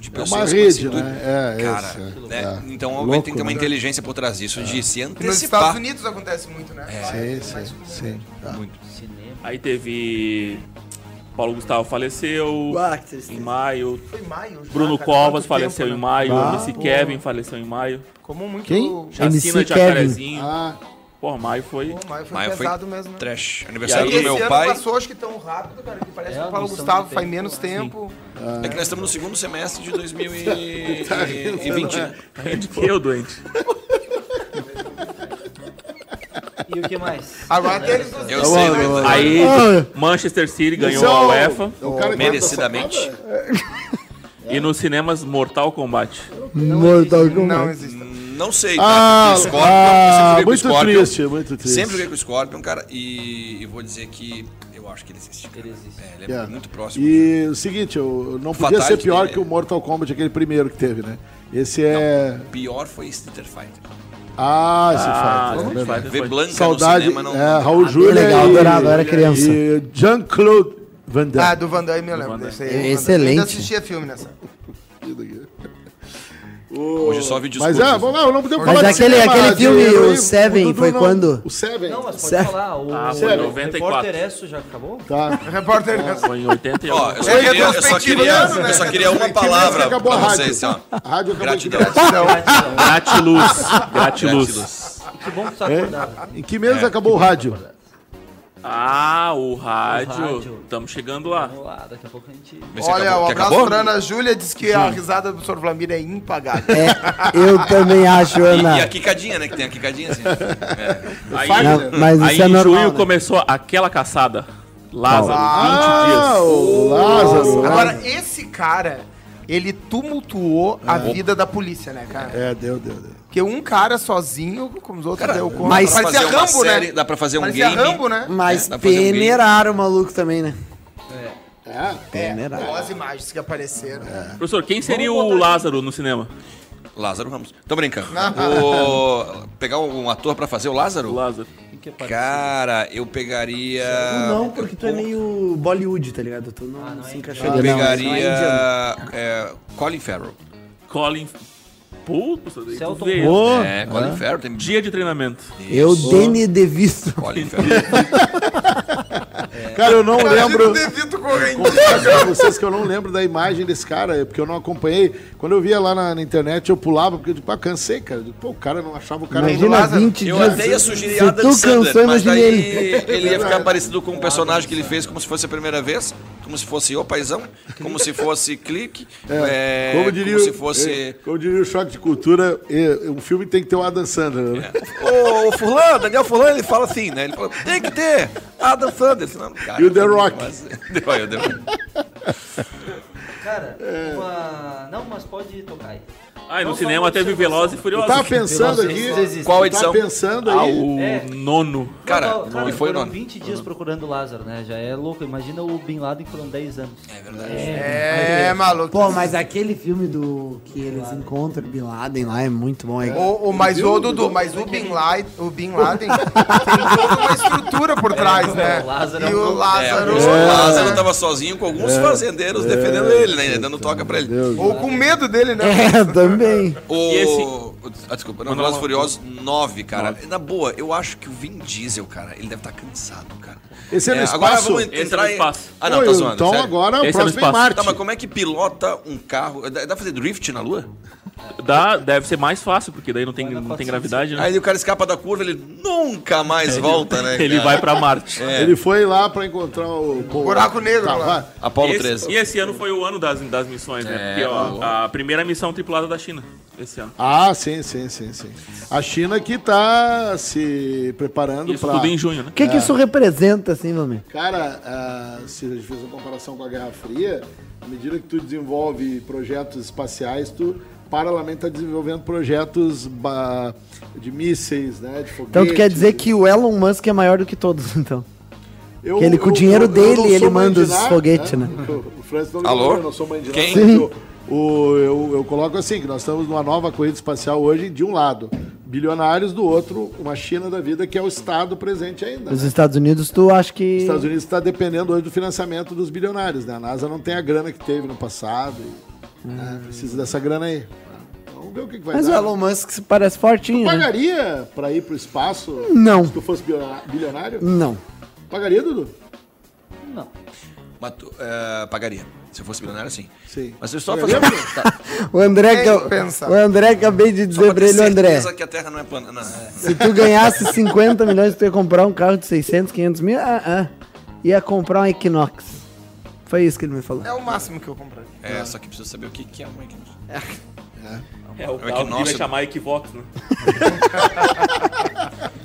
F: de
D: É
F: pessoas.
D: uma
F: com esse
D: rede,
F: intuito.
D: né? É,
F: Cara,
D: esse,
F: né?
D: é.
F: então alguém
D: Louco,
F: tem que ter uma
D: né? É.
F: inteligência por trás disso, de se
B: Nos Estados
F: antecipar.
B: Unidos acontece muito, né?
D: Sim, sim, sim. Tá.
F: Muito.
C: Cinema.
E: Aí teve. Paulo Gustavo faleceu.
A: Ah, que tristeza.
E: Em maio.
B: Foi em maio. já,
E: Bruno
B: cara,
E: Covas
B: quanto
E: faleceu
B: tempo, né?
E: em maio.
A: Ah,
E: MC
A: boa.
E: Kevin faleceu em maio.
B: Como muito.
D: Quem?
E: Chacina
A: MC
E: de
A: Kevin.
E: Jacarezinho.
D: Ah,
E: Pô, maio foi.
B: Pô, maio foi
F: Mas foi
B: pesado mesmo, né?
F: trash.
B: E
F: Aniversário
E: aí,
F: do
B: esse
F: meu
B: ano
F: pai.
B: passou, acho que tão rápido, cara, que parece
C: É,
B: que o
C: a
B: Paulo
C: noção do
B: Gustavo
C: tempo,
B: faz menos
C: né?
B: tempo.
F: É que nós estamos no segundo semestre de 2020. né?
E: Eu doente.
C: E o que mais?
B: Agora tem eles nos
F: Eu sei,
D: bom,
F: mas-
D: tá
E: Aí
D: Ah.
E: Manchester City ganhou
D: Esse é
E: a
D: o-
E: UEFA.
D: é o cara tá que
F: Merecidamente.
D: mata safada,
E: E nos cinemas Mortal Kombat.
A: Mortal
B: Não
A: Kombat.
B: existe.
F: Não sei, tá?
D: Ah, ah,
F: Porque sempre
D: muito
F: joguei com Scorpion.
D: triste, muito triste.
F: Sempre joguei com o Scorpion, cara, e eu vou dizer que eu acho que ele existe. cara.
C: Ele existe.
F: É, ele é
D: Yeah.
F: muito próximo.
D: E o seguinte, eu não podia
F: Fatality
D: ser pior
F: dele.
D: que o Mortal Kombat, aquele primeiro que teve, né? Esse é.
F: O pior foi Street Fighter.
D: Ah, esse
E: Ah,
D: fato. É
E: Street
D: verdade.
E: Fighter
F: Ver
E: foi-
F: Blanca no
D: Saudade.
F: cinema não. Ah,
D: é, Raul Júlia.
A: legal,
D: e-
A: adorava, eu era criança.
D: E Jean-Claude Van Damme.
B: Ah, do Van Damme eu lembro.
E: Van
B: Desse aí,
A: É
B: Van Damme.
A: excelente.
B: Eu ainda assistia filme nessa.
F: Hoje só vídeos
D: Mas
F: curtos,
D: é, vamos lá, eu não podemos
A: Mas
D: falar de
A: aquele-
D: cinema,
A: aquele
D: de-
A: filme,
D: eu-
A: o
D: eu-
A: Seven,
D: Dudu
A: foi
D: não-
A: quando?
D: O Seven.
C: Não, mas pode
A: Sério?
C: falar. O,
E: Ah, foi
C: o
E: em 94.
C: repórter Esso já acabou?
D: Tá.
B: Repórter nessa.
E: Foi em 81.
F: Ó, eu só
B: É
F: queria, eu só
B: retrospectivo,
F: queria,
B: né?
F: eu só queria uma
D: Que mês
F: palavra
D: que acabou
F: pra
D: a rádio.
F: vocês, ó.
D: A rádio acabou um de
F: Gratidão.
E: Gratiluz. Gratiluz.
C: Que bom que tu tá acordado.
D: Em que
F: É.
D: mês acabou o rádio?
E: Ah, o
C: O
E: rádio.
C: rádio.
E: Estamos chegando lá.
C: Vamos lá, daqui a pouco a gente...
F: Vê se
B: Olha,
F: acabou.
B: um
F: Que
B: abraço
F: acabou?
B: pra Ana Júlia, diz que a risada do Sr. Vlamir é impagável.
A: É, eu também acho,
F: E, e a
A: Ana.
F: quicadinha, né? Que tem a quicadinha, assim.
E: Aí,
A: Não, mas
E: aí
A: isso é
E: em
A: normal.
E: julho
A: né?
E: começou aquela caçada. Lázaro, 20
D: Ah,
E: dias.
D: o Lázaro.
B: Agora, esse cara, ele tumultuou a vida da polícia, né, cara?
D: É, deu, deu, deu.
B: Porque um cara sozinho, como os outros, deu conta.
A: mas-
F: Dá pra
B: Parecia
F: fazer uma
B: Rambo,
F: série,
B: né?
F: dá pra fazer um
B: Parecia
F: game.
B: Rambo, né?
A: Mas
F: É, dá pra fazer um game.
A: peneiraram o maluco também, né?
D: É,
A: Peneiraram.
B: Olha as imagens que apareceram.
E: Professor, quem seria o Lázaro no cinema?
F: Lázaro Ramos. Tô brincando. Vou pegar um ator pra fazer o
E: O
F: Lázaro?
E: Lázaro.
C: Quem que é parecido?
F: Cara, eu pegaria.
A: não, porque tu é
F: eu
A: meio Bollywood, tá ligado? Tu não,
C: não é
A: se
C: indiano.
A: encaixaria. não,
F: Ah, pegaria.
A: não é indiano.
F: é, Colin Farrell.
E: Colin. Puta, professor, daí tu
C: Celton
E: vê.
C: Mello.
F: é, Colin Farrell tem.
E: Dia de treinamento.
A: Eu, Danny DeVito.
F: Colin Farrell.
D: Cara, eu não
B: Imagina o
D: lembro.
B: Devito correndo.
D: confesso pra vocês que eu não lembro da imagem desse cara, é porque eu não acompanhei. Quando eu via lá na, na internet, eu pulava, porque eu tipo, ah, cansei, cara. Eu digo, Pô, o cara não achava o cara.
A: Imagina
B: Lázaro,
A: 20
F: Eu
A: dias.
F: até ia sugerir
A: Se
F: Adam
A: tu cansou,
F: Sandler, mas
A: imagina
F: daí
A: ele.
F: ele ia ficar parecido com o personagem que ele fez como se fosse a primeira vez, como se fosse O Paizão, como se fosse Clique, é,
D: como diria,
F: como se
D: o- é,
F: fosse...
D: como diria o Choque de Cultura, é, um filme tem que ter o Adam Sandler, né?
F: Ô, o Fulano, Daniel Fulano, ele fala assim, né? Ele fala, tem que ter Adam Sandler. Não, cara,
D: E o The Rock.
F: Mas, Olha, o The Rock.
C: Cara, uma... Não, mas pode tocar aí.
E: Ah, e no cinema teve Veloz e Furioso.
D: Tava Tá pensando
C: Vocês- vocês
D: aqui.
C: existem.
F: Qual edição?
D: Tava pensando
E: Ah,
D: aí.
E: o
C: É.
E: nono.
F: Cara,
C: Não,
F: e foi o
C: foram
F: nome.
C: 20 dias procurando o Lázaro, né? Já é louco. Imagina o Bin Laden que foram 10 anos.
F: É verdade.
B: É, maluco.
A: Pô, mas aquele filme do que eles encontram Bin Laden lá é muito bom. É,
B: O, o, mas o Dudu, mas o Bin Laden, o Bin Laden tem toda uma estrutura por trás, né?
C: o Lázaro é
B: e
C: um-
B: o
F: É,
B: Lázaro. tá-
F: o Lázaro tava sozinho com alguns
D: É.
F: fazendeiros defendendo ele, né? Dando toca pra ele.
B: Ou com medo dele, né?
A: É, também.
F: O...
E: E esse-
F: Ah, desculpa, não,
E: Manda
F: Velozes
E: lá.
F: e Furiosos 9, cara. Na boa, eu acho que o Vin Diesel, cara, ele deve estar cansado, cara.
D: Esse é no
F: Agora
D: espaço?
F: vamos
E: Esse é no
F: entrar em...
E: espaço.
F: Ah, não, tá zoando.
D: Então
F: sério.
D: agora
E: Esse é
D: o
E: no
D: próximo é
E: espaço.
D: Marte.
F: Tá, mas como é que pilota um carro? Dá dá pra fazer drift na lua?
E: Dá, deve ser mais fácil, porque daí não tem,
C: Vai na
E: não tem
C: consciência.
E: gravidade, né?
F: Aí o cara escapa da curva, ele nunca mais volta, né?
E: Ele
F: cara?
E: vai pra Marte.
D: Ele foi lá pra encontrar o... pô,
B: Buraco negro
D: tá,
B: lá.
D: vai.
F: Apolo
E: Esse-
F: 13.
E: E é- esse ano foi o ano das, das missões, né? Porque ó, a primeira missão tripulada da China esse ano.
D: Ah, sim, sim, sim, sim. A China que tá se preparando
E: Isso
D: pra...
E: tudo em junho, né?
A: O que, que isso representa, assim, meu amigo?
D: Cara, ah, se a gente fez uma comparação com a Guerra Fria, à medida que tu desenvolve projetos espaciais, tu paralelamente tá desenvolvendo projetos ba- de mísseis, né? De foguete.
A: Então tu quer dizer que o Elon Musk é maior do que todos, então.
D: Eu-
A: que ele, com o
D: eu-
A: dinheiro
D: eu- eu
A: dele,
D: não
A: ele
D: sou
A: manda os
D: mandinar,
A: foguetes, né?
D: O- O Francis não
F: Alô?
D: Alô? eu não sou mãe de
F: Quem?
D: nada, mas eu, o- eu, eu coloco assim, que nós estamos numa nova corrida espacial hoje, de um lado, bilionários, do outro, uma China da vida, que é o Estado presente ainda.
A: Nos Estados Unidos, tu acha que.
D: Os Estados Unidos está dependendo hoje do financiamento dos bilionários, né? A NASA não tem a grana que teve no passado. e, né, Precisa dessa grana aí. Então, Vamos ver o que, que vai
A: É. Mas o
D: dar.
A: Elon Musk parece fortinho, né?
D: Pagaria para ir para o espaço
A: Não.
D: se tu fosse bilionário- bilionário?
A: Não.
D: Pagaria, Dudu?
C: Não.
F: Mas tu, é, pagaria. Se eu fosse milionário, sim.
D: Sim.
F: Mas eu só fazer
D: Pagaria,
F: uma
D: Dudu?
F: tá,
A: O André,
B: Nem
A: que eu-
B: pensar.
A: o André acabei de
F: só pra
A: dizer pra
F: ter
A: ele, o André.
F: certeza que a Terra não é plana. Não, é.
A: Se tu ganhasse 50 milhões, tu ia comprar um carro de 600, 500 mil? Ah, ah. Ia comprar um Equinox. Foi isso que ele me falou.
B: É o máximo que eu comprei.
F: É, só que precisa saber o que, que é uma equinox.
E: É, o
F: que
E: carro que vai
F: nossa-
E: chamar Equivox, né?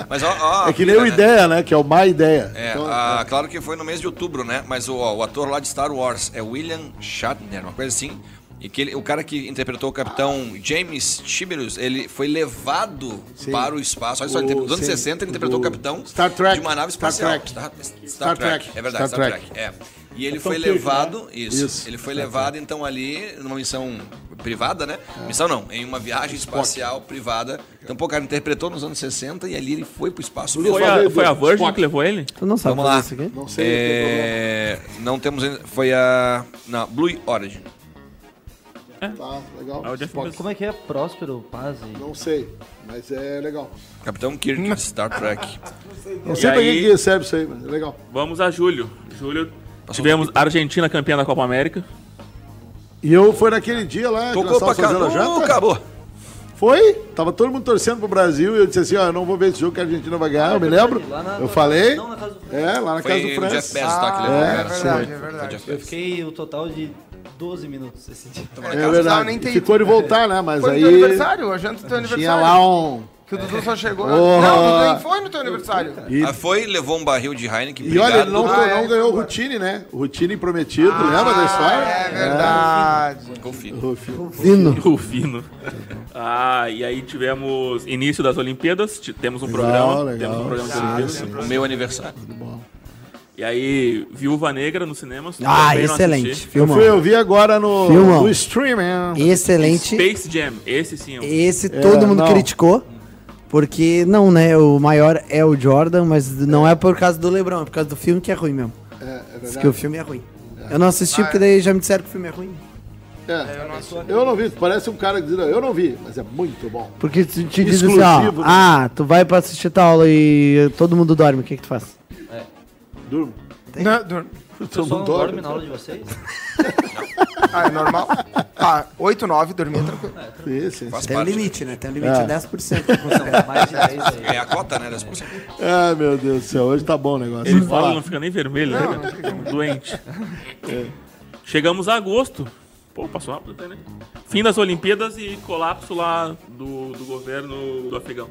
F: Mas ó, ó,
D: É que nem o
F: né?
D: Ideia, né? Que é o Má Ideia.
F: É,
D: Então,
F: ah, claro que foi no mês de outubro, né? Mas o, ó, o ator lá de Star Wars é William Shatner, uma coisa assim. E que ele- o cara que interpretou o capitão James Tiberius, ele foi levado para o espaço. Olha só, ele,
D: O-
F: nos anos
D: sim,
F: 60 ele interpretou o
D: o
F: capitão
D: Star Trek,
F: de uma nave
D: Star
F: espacial.
D: Trek.
F: Star,
D: Star
F: Trek.
D: Trek,
F: É verdade,
D: Star
F: Star, Trek. É. E ele
D: Capitão
F: foi
D: Kirk, né?
F: levado, isso,
D: Isso,
F: Ele foi levado então ali numa missão privada, né?
D: É.
F: Missão não, em uma viagem espacial privada. Então, pô, o cara interpretou nos anos 60 e ali ele foi para o espaço.
E: Foi
D: fazer
E: a,
D: do
E: foi a Virgin
D: Spock.
E: que levou ele?
A: Tu não sabe
F: Vamos
A: fazer
F: lá.
A: isso aqui?
D: não sei.
F: É, não temos ainda. Foi a. Na Blue Origin.
D: tem problema.
E: Ah,
D: Tá,
E: o
D: legal.
E: Jeff
D: Spock.
E: Bezos.
C: Como é que é? Próspero, paz e...
D: Não sei, mas é legal.
F: Capitão Kirk, Star Trek.
D: Não
E: E
D: sei pra
E: aí-
D: que que serve isso aí, mas é legal.
E: Vamos a julho. Julho tivemos a Argentina campeã da Copa América.
D: E eu foi naquele dia lá que nós
F: Tocou pra
D: távamos fazendo a
F: Canu,
D: janta.
F: acabou.
D: Foi? Tava todo mundo torcendo pro Brasil e eu disse assim, ó, eu não vou ver esse jogo que a Argentina vai ganhar, eu me lembro.
C: Lá na-
D: Eu falei.
C: Não,
B: né?
C: na casa do Fran.
D: É, lá na casa do Ah,
F: Foi o Jeff
D: França.
F: Bezos, tá? Que levou o
B: É,
F: cara.
B: verdade, é
F: Foi o
B: verdade.
F: Jeff
C: Eu
F: Bezos.
C: fiquei o total de 12 minutos esse
B: É,
C: dia.
D: É
B: não precisava nem
D: verdade.
B: ter
D: Ficou
B: ido.
D: de voltar, né? Mas
B: Foi no
D: aí
B: teu aniversário, a janta do teu
D: tinha
B: aniversário.
D: lá um...
B: Que o Dudu só chegou.
D: Oh.
B: Não, Dudu nem foi no teu aniversário.
D: E,
F: Ah, foi, levou um barril de Heineken.
D: e olha, ele não,
F: obrigado.
D: não
B: Ah, é,
D: ganhou o
B: foi.
D: Routine, né? O Routine prometido, lembra da história?
B: É verdade.
F: Confio.
D: Rufio.
A: Vino.
E: Rufino. Ah, e aí tivemos início das Olimpíadas. ti- Temos um programa. Temos um programa de Olimpíadas.
D: Sim, sim.
F: O meu aniversário.
E: E aí, Viúva Negra nos cinemas.
A: Ah,
E: também não
A: excelente.
E: assisti.
D: Eu,
A: Filmão.
D: fui, eu vi agora no,
A: Filmão.
D: no streaming.
A: Excelente.
E: Space Jam, esse sim. é um-
A: Esse todo mundo
D: não.
A: criticou. Porque, não, né? O maior é o Jordan, mas não é por causa do Lebron, é por causa do filme que é ruim mesmo.
D: É, é
A: Diz que o
D: verdade.
A: filme é ruim. Eu não assisti porque daí já me disseram que o filme é ruim.
D: É. Eu não vi, parece um cara que diz, eu não vi, mas é muito bom.
A: Porque te, te diz assim,
D: Exclusivo,
A: ó,
D: né?
A: ah, tu vai pra assistir tua aula e todo mundo dorme, o que que tu faz?
D: Durmo.
B: Não, Dudu.
C: O pessoal não dorme na aula de vocês?
B: Ah, é normal. Ah, 8, 9, dormia tranquilo.
D: Sim, sim, sim.
F: Faz parte.
A: né? Tem um limite de 10%.
C: São mais de 10 aí.
F: É a cota, né? 10%.
D: Ah, meu Deus do céu, hoje tá bom o negócio.
E: Ele
D: Vamos
E: fala,
D: falar.
E: não fica nem vermelho, né? cara? Doente. Chegamos a agosto. Pô, passou rápido até, né? Fim das Olimpíadas e colapso lá do, do governo do Afegão.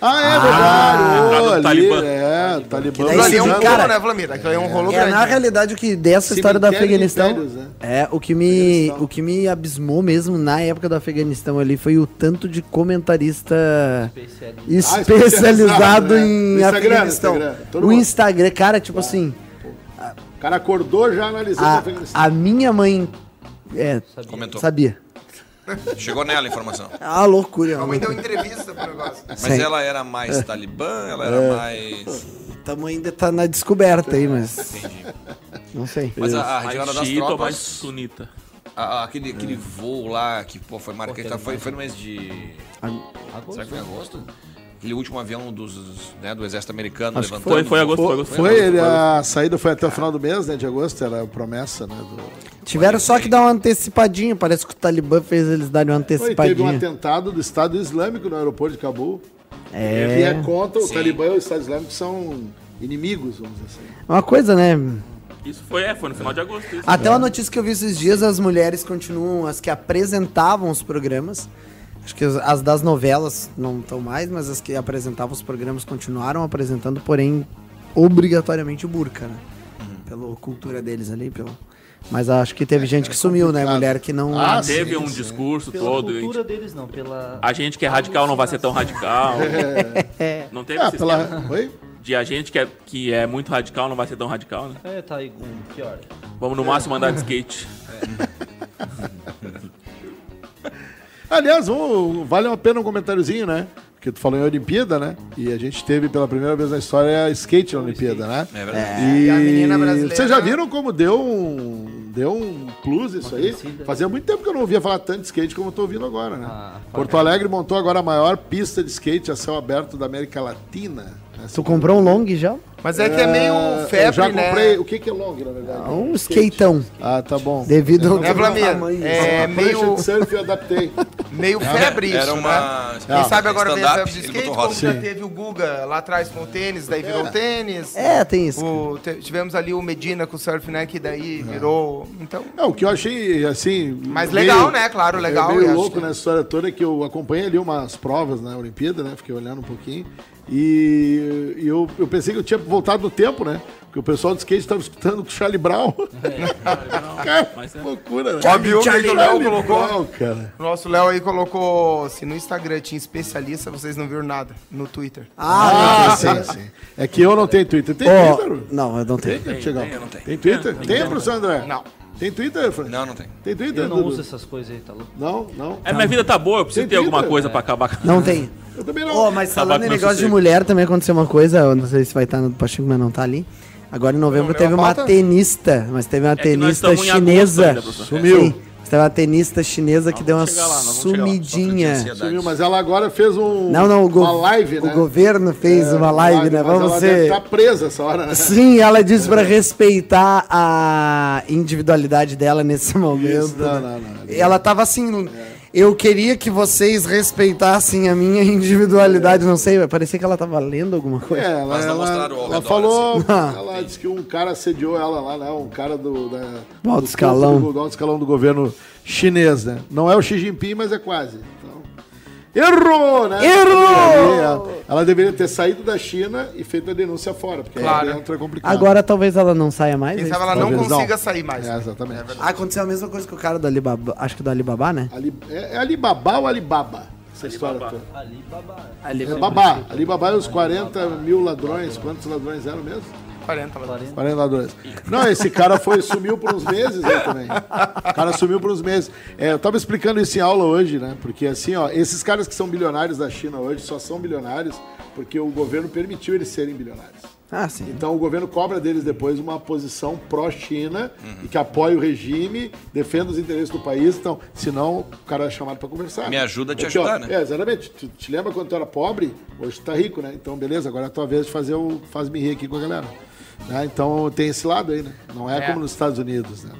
D: Ah, é verdade.
E: do
D: Ô, ali,
E: Talibã.
D: É, Talibã.
A: daí
B: Aquilo ali é um
A: Esse
B: rolo,
D: precisando.
A: cara-
B: né, Vlamir? Aquilo ali é um rolo
A: É,
B: grande.
A: na
B: né?
A: realidade, o que dessa história do
D: Cemitério de
A: Afeganistão.
D: impérios, né?
A: É, o que, me, o que me abismou mesmo na época do Afeganistão ali foi o tanto de comentarista
C: é
D: Ah,
A: especializado,
D: especializado, né?
A: em
D: No Instagram,
A: Afeganistão.
D: no Instagram, todo
A: o
D: mundo.
A: Instagram, cara, tipo assim,
D: O cara acordou já analisando o
A: a,
D: Afeganistão.
A: a minha mãe é,
F: Comentou.
A: sabia.
F: Chegou nela a informação.
A: É uma loucura.
B: Tua
A: mano.
B: mãe deu entrevista pro negócio.
F: Mas
A: Sim.
F: ela era
D: É.
F: mais talibã, ela era mais.
A: Tamo ainda tá na descoberta aí, mas
F: Entendi.
A: não sei.
F: Mas a, a Regina
E: Mais
F: Ah, das
E: xiita ou mais
F: Tropas.
E: sunita?
F: a- a- Ah, aquele, aquele voo lá que É. pô, foi marcante. tá? Foi, foi no mês de. Será que foi em agosto? Aquele último avião dos, né, do exército americano
A: Acho que
F: levantando.
E: Foi, foi agosto, foi agosto.
D: Foi, ele, a saída foi até o final do mês, né? De agosto, era a promessa, né? Do...
A: Tiveram só que dar uma antecipadinha, parece que o Talibã fez eles darem uma
D: Foi, teve um
A: antecipadinha.
D: atentado do Estado Islâmico no aeroporto de Cabul.
A: É.
D: Que é contra o Talibã e o Estado Islâmico são inimigos, vamos dizer assim.
A: Uma coisa, né?
E: Isso foi, é, foi no final de agosto. Isso.
A: Até uma notícia que eu vi esses dias, as mulheres continuam, as que apresentavam os programas. Acho que as, as das novelas não estão mais, mas as que apresentavam os programas continuaram apresentando, porém, obrigatoriamente o burca, né? Pela cultura deles ali, pelo. Mas acho que teve gente que sumiu, né?
D: complicado.
A: Mulher que não.
D: Ah, sim.
E: Teve um discurso
C: Pela
E: todo. e
C: cultura deles, não. Pela...
E: A gente que é radical não vai ser tão radical. Não teve
D: Ah,
E: esse esquema
D: pela... Oi?
E: de a gente que é, que é muito radical não vai ser tão radical, né?
C: É, tá aí com pior.
E: Vamos no máximo andar de skate.
D: Aliás, um- vale a pena um comentáriozinho, né? Porque tu falou em Olimpíada, né? E a gente teve pela primeira vez na história skate na Olimpíada, né?
F: É verdade.
D: E
B: a menina brasileira-
D: Vocês já viram como deu um, deu um plus isso aí?
C: crescida.
D: Fazia muito tempo que eu não ouvia falar tanto de skate como eu tô ouvindo agora, né?
C: Ah,
D: Porto Alegre montou agora a maior pista de skate a céu aberto da América Latina. né?
A: Tu comprou um long já?
B: Mas é que é meio
D: eu
B: febre,
D: já comprei.
B: né?
D: O que, que é long, na verdade?
A: Ah, Um skateão.
D: Ah, tá bom.
A: Devido ao
B: Né, Vlamir?
A: tamanho.
B: É
D: A prancha
B: meio,
D: de surf eu adaptei.
B: meio febre isso,
F: Era
B: né?
F: uma.
B: Quem sabe agora vem a
F: stand-up,
B: febre de
F: ele
B: skate,
F: botou
B: como
F: roda.
B: já teve o Guga lá atrás com o tênis, daí virou o tênis.
A: É, tem isso.
B: O- te- tivemos ali o Medina com o surf, né? Que daí virou. Então.
D: É, o que eu achei, assim...
B: Mas legal, né? Claro, legal.
D: É meio
B: eu acho
D: louco
B: que-
D: nessa história toda que eu acompanhei ali umas provas na Olimpíada, né? Fiquei olhando um pouquinho. E, e eu, eu pensei que eu tinha voltado no tempo, né? Porque o pessoal do skate estava escutando o Charlie Brown. Cara,
E: mas é.
D: loucura, né?
B: Óbvio que o Léo colocou.
D: Brown, cara.
B: O nosso Léo aí colocou. Se no Instagram tinha especialista, vocês não viram nada. No Twitter.
A: Ah,
D: Ah, sim, sim. É que eu não tenho Twitter. Tem
A: ó,
D: Twitter?
A: não, eu não tenho.
D: Tem, tem, tem,
F: eu não tenho.
D: Tem Twitter? Tem, professor André?
B: Não.
D: Tem Twitter, Fran?
F: Não, não tem.
D: Tem Twitter?
C: Eu não
D: Dudu?
C: uso essas coisas aí, tá louco?
D: Não, não.
E: É, minha vida tá boa, eu preciso
D: Tem
E: ter alguma
D: vida,
E: coisa pra acabar com
A: Não tem.
D: Eu também não.
A: Ó, mas
E: Acabar
A: falando
E: com
A: em
E: meu
A: negócio de
E: sossego.
A: mulher, também aconteceu uma coisa, eu não sei se vai estar no Pachinko, mas não tá ali. Agora em novembro
B: Não,
A: teve
B: leu a
A: uma
B: pauta?
A: tenista, mas teve uma
E: É que nós
A: tenista
E: estamos em agosto
A: chinesa.
E: ainda, professor.
D: Sumiu.
A: Sim, mas teve uma tenista chinesa que deu uma
E: chegar lá, nós vamos chegar lá, só que eu
A: sumidinha.
D: Sumiu, mas ela agora fez um.
A: Não, não, o, go
D: uma live, né?
A: o governo fez uma live, né?
D: mas
A: Vamos
D: ela deve
A: ser.
D: Tá presa essa hora, né?
A: Sim, ela disse pra respeitar a individualidade dela nesse momento. né?
D: não, não, não. É.
A: Ela tava assim. Eu queria que vocês respeitassem a minha individualidade. Não sei, parecia que ela tava lendo alguma
D: É,
A: coisa.
D: ela,
F: Mas não
D: ela,
F: mostraram né? ao
D: ela
F: redor,
D: falou,
A: assim.
D: ela disse que um cara assediou ela lá, né? Um cara do, da,
A: Do alto
D: do-
A: escalão.
D: do, do alto escalão do governo chinês, né? Não é o Xi Jinping, mas é quase. Então, errou, né?
A: Errou!
D: Ela, ela deveria ter saído da China e feito a denúncia fora, porque
B: Claro.
D: aí dentro é complicado.
A: Agora talvez ela não saia mais.
B: Quem
A: é
B: sabe
A: isso?
B: ela não
D: Talvez não.
B: consiga sair mais.
D: É, exatamente.
A: Aconteceu a mesma coisa que o cara do Alibaba. Acho que do Alibaba, né?
D: Ali, é, é Alibaba ou Alibaba? Essa história toda.
C: Ali, babá.
D: É babá. Alibaba é os 40 mil ladrões. Quantos ladrões eram mesmo?
B: 40 lá.
D: 40 ladrões. Não, esse cara foi, sumiu por uns meses aí também. O cara sumiu por uns meses. É, eu tava explicando isso em aula hoje, né? Porque assim, ó, esses caras que são bilionários da China hoje só são bilionários porque o governo permitiu eles serem bilionários.
A: Ah, sim.
D: Então o governo cobra deles depois uma posição pró-China e que apoia o regime, defenda os interesses do país. Então, senão o cara é chamado para conversar.
F: Me ajuda a te
D: Aqui, ó,
F: ajudar, né?
D: É, exatamente. Tu te lembra quando tu era pobre? Hoje tu tá rico, né? Então, beleza, agora é a tua vez de fazer o faz-me rir aqui com a galera. Né? Então tem esse lado aí, né? Não é,
B: É.
D: como nos Estados Unidos, né?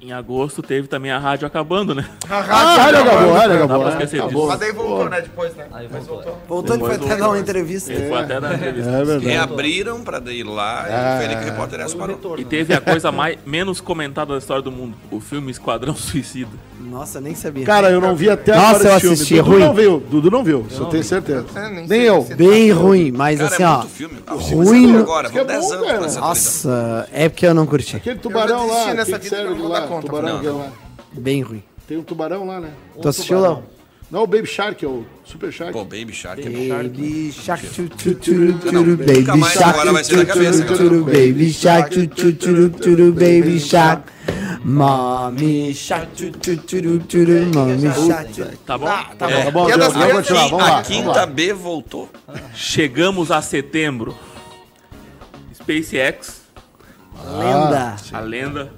E: Em agosto teve também a rádio acabando, né?
D: Ah, olha, acabou, olha, acabou.
E: pra esquecer
D: acabou.
B: Mas daí voltou, né? Depois, né?
C: Aí voltou.
A: Voltando foi até
F: é
A: dar uma entrevista.
E: Ele foi até na entrevista.
D: É verdade.
F: Reabriram pra daí lá e o Felipe Repórter essa
C: Foi um
F: parou.
C: retorno.
E: E teve a coisa mais, menos comentada da história do mundo: o filme Esquadrão Suicida.
A: Nossa, nem sabia.
D: Cara, eu não vi até
A: Nossa,
D: agora
A: eu
D: esse
A: assisti,
D: filme. Dudu
A: ruim.
D: não viu, Dudu não viu, só tenho certeza.
B: É, nem
D: Nem
B: sei
D: eu.
B: se-
A: Bem ruim, mas
F: Cara,
A: assim,
F: é
A: ó.
F: muito tá filme. Ah,
A: ruim,
F: saiu
A: né?
F: agora,
D: Isso que é
F: vão 10
D: bom,
F: anos
D: cara.
F: nessa televisão.
A: Nossa, é porque eu não curti.
D: Aquele tubarão
B: vou
D: lá,
B: desistir nessa
D: aquele que
B: vida
D: serve
B: porque eu não
D: lá,
B: dou conta,
D: tubarão
F: não.
D: que é lá.
A: Bem ruim.
D: Tem um tubarão lá, né?
A: Tu assistiu, Léo?
D: Não, o Baby Shark, é o Super Shark.
F: Pô, Baby Shark.
A: Baby Shark tchu, tchu, tchu, tchu,
F: Nunca
A: Baby
F: mais
A: Shark
F: agora vai ser na
A: tchu,
F: cabeça,
A: tchu,
F: galera.
A: tchu, Baby Shark tchu, tchu, tchu, tchu, tchu, Baby Shark Mommy Shark tchu, tchu, tchu, tchu, tchu, Mommy Shark tchu.
E: Tá bom?
B: tá
D: Tá bom,
B: E é
D: Diego,
B: das
D: vamos
B: crianças-
D: continuar, vamos lá.
F: assim. a
D: vamos
F: quinta
D: lá.
F: B voltou.
E: Chegamos a setembro. SpaceX,
A: Lenda.
E: a lenda.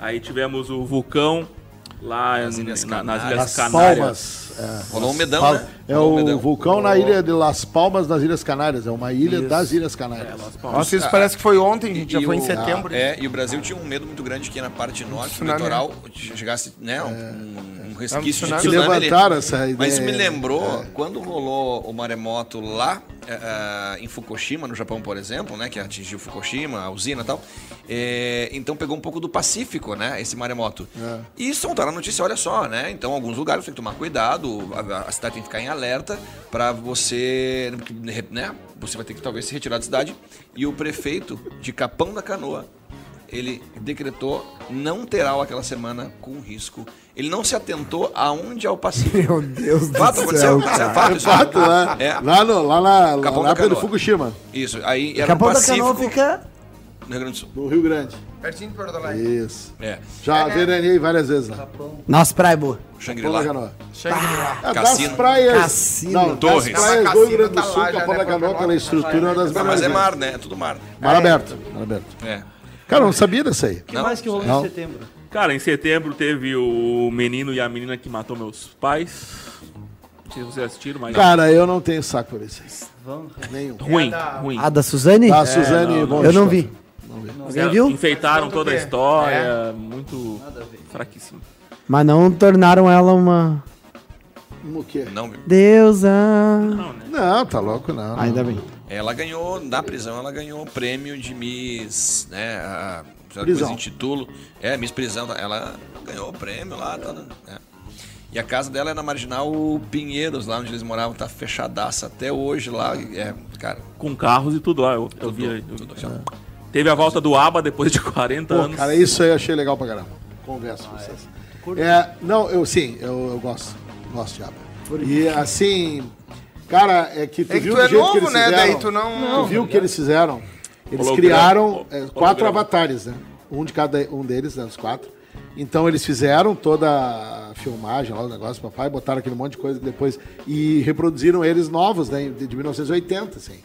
E: Aí tivemos o vulcão lá nas
F: Ilhas
E: Ilhas na, nas
F: Canárias.
E: Ilhas
D: As
E: Canárias.
D: Palmas. É.
F: Rolou um medão,
D: Pal-
F: né?
D: É
F: Rolou um
D: o
F: medão.
D: vulcão na ilha de Las Palmas, nas Ilhas Canárias. É uma ilha das Ilhas
F: É,
D: Canárias.
B: Nossa, isso parece que foi ontem, gente. Já
F: E
B: foi em
F: o-
B: setembro.
F: É, e o Brasil tinha um medo muito grande que na parte norte, no
B: Um Tsunami,
F: litoral, chegasse né, um, um resquício
B: É um
F: de
B: tsunami.
F: tsunami. ali.
D: Levantaram essa ideia.
B: né?
F: Mas isso me lembrou quando rolou o maremoto lá eh, eh, em Fukushima, no Japão, por exemplo, né? Que atingiu Fukushima, a usina e tal. Eh, então pegou um pouco do Pacífico, né? Esse maremoto. E Isso não tá na notícia, olha só, né? Então, alguns lugares tem que tomar cuidado, a, a cidade tem que ficar em alerta para você. Né, você vai ter que talvez se retirar da cidade. E o prefeito de Capão da Canoa ele decretou não ter aula aquela semana com risco. Ele não se atentou aonde é o Pacífico.
A: Meu Deus do
F: Fato
A: céu,
F: aconteceu, isso é
A: cara.
F: fato, isso é
D: Fato, né?
F: É.
D: Lá, no, lá, na, lá,
F: Capão
D: lá
F: da
D: pelo
F: Canoa.
D: Fukushima,
F: Isso, aí era
A: Capão
F: no
A: da
F: Pacífico,
A: Canoa fica...
F: no Rio Grande do Sul.
D: no Rio Grande.
F: Ah.
B: Pertinho de Porto Alegre.
D: Isso.
F: É,
D: Já
B: né?
D: veranei várias vezes lá.
A: Nossa, praia é boa.
D: Capão da
F: Shangri-La.
D: Canoa.
B: Chega de lá.
D: É, das
F: Cassino.
D: praias.
A: Cassino.
D: Não,
F: Torres.
D: Das praias
B: Não,
D: do
B: mas
D: Rio Grande
B: cassino
D: do
B: tá
D: Sul,
B: lá já,
D: Capão da
B: né,
D: Canoa, pela estrutura, é uma das
F: Ah, mas
D: melhores.
F: é
D: né?
F: mar, né? É tudo mar.
D: Mar aberto. Mar aberto.
F: É.
D: Cara, eu não sabia dessa aí.
C: O que
F: Não,
C: mais que rolou
D: não.
C: em setembro?
E: Cara, em setembro teve o menino e a menina que matou meus pais. Não sei se vocês assistiram, mas.
D: Cara, eu não tenho saco por isso. aí.
C: Vamos.
D: Nenhum.
E: ruim, ruim.
A: A Ah, da Suzane?
D: Tá, Suzane, bom,
A: Eu É, não
D: desculpa.
A: vi. Alguém
E: É,
A: viu?
E: Enfeitaram toda a
B: É.
E: história, muito fraquíssimo.
A: Mas não tornaram ela uma
D: O quê?
F: Não, meu.
A: deusa.
E: Não, né?
D: Não, tá louco, não.
A: Ah, ainda bem.
F: ela ganhou, na prisão, ela ganhou o prêmio de Miss, né? A, a
D: Prisão.
F: coisa em título. É, Miss Prisão. tá? Ela ganhou o prêmio lá, tá, né? É. E a casa dela é na Marginal Pinheiros, lá onde eles moravam, tá fechadaça até hoje lá. É, cara,
E: Com carros e tudo lá, eu, eu vi. eu vi. Teve a volta do ABA depois de 40
D: Pô,
E: anos.
D: cara, isso aí eu achei legal pra caramba. Converso com vocês. É, não, eu sim, eu, eu gosto. Gosto de Abba. E assim, cara, é que tu
B: É que
D: viu
B: tu
D: do
B: é
D: jeito que
B: novo,
D: eles
B: né?
D: fizeram.
B: Daí tu não- Não,
D: Tu viu o que eles fizeram? Eles
E: Holograma.
D: criaram é,
E: Holograma.
D: quatro avatares, né? Um de cada um deles, né? Os quatro. Então eles fizeram toda a filmagem lá, o negócio, papai, botaram aquele monte de coisa que depois. E reproduziram eles novos, né? De de 1980, assim.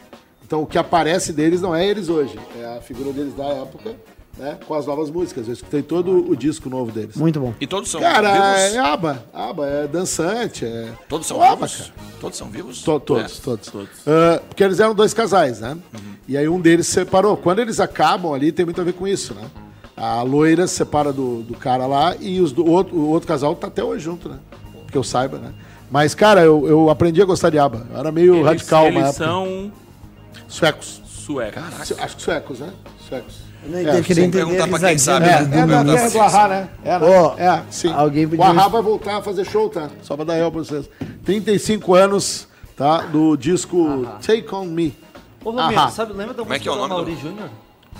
D: Então o que aparece deles não é eles hoje, é a figura deles da época, né? Com as novas músicas. Eu escutei todo o disco novo deles.
A: Muito bom.
F: E todos são
D: Cara,
F: vivos?
D: é aba, aba, é dançante, é.
F: Todos são
D: Aba,
F: vivos?
D: cara.
F: Todos são vivos?
E: É,
D: To- todos, todos, todos. Ah, porque eles eram dois casais, né?
E: Uhum.
D: E aí um deles se separou. Quando eles acabam ali, tem muito a ver com isso, né? A loira se separa do, do cara lá e os do, o, outro, o outro casal tá até hoje junto, né? Que eu saiba, né? Mas, cara, eu, eu aprendi a gostar de aba. Eu era meio
E: Eles,
D: radical uma
E: eles
D: época.
E: são
D: Suecos.
E: suecos.
D: Acho que suecos, né? Suecos.
A: Eu não
D: É,
A: entendi, queria
D: sim.
A: entender a
F: Perguntar pra quem
A: risadinha Ah,
F: sabe,
A: do
F: né?
A: Dudu.
D: É, é da
F: Dudu.
D: terra do Arra, né? É, né?
A: Ó,
D: é sim.
A: alguém
D: o
A: podia-
D: Arra vai voltar a fazer show, tá? Só pra dar real pra vocês. 35 anos, tá? Do disco Take On Me.
C: Ô, Romero,
D: Ahá.
C: sabe, lembra da
F: Como é que é
C: música
F: o
C: do
F: nome
C: Mauri Júnior?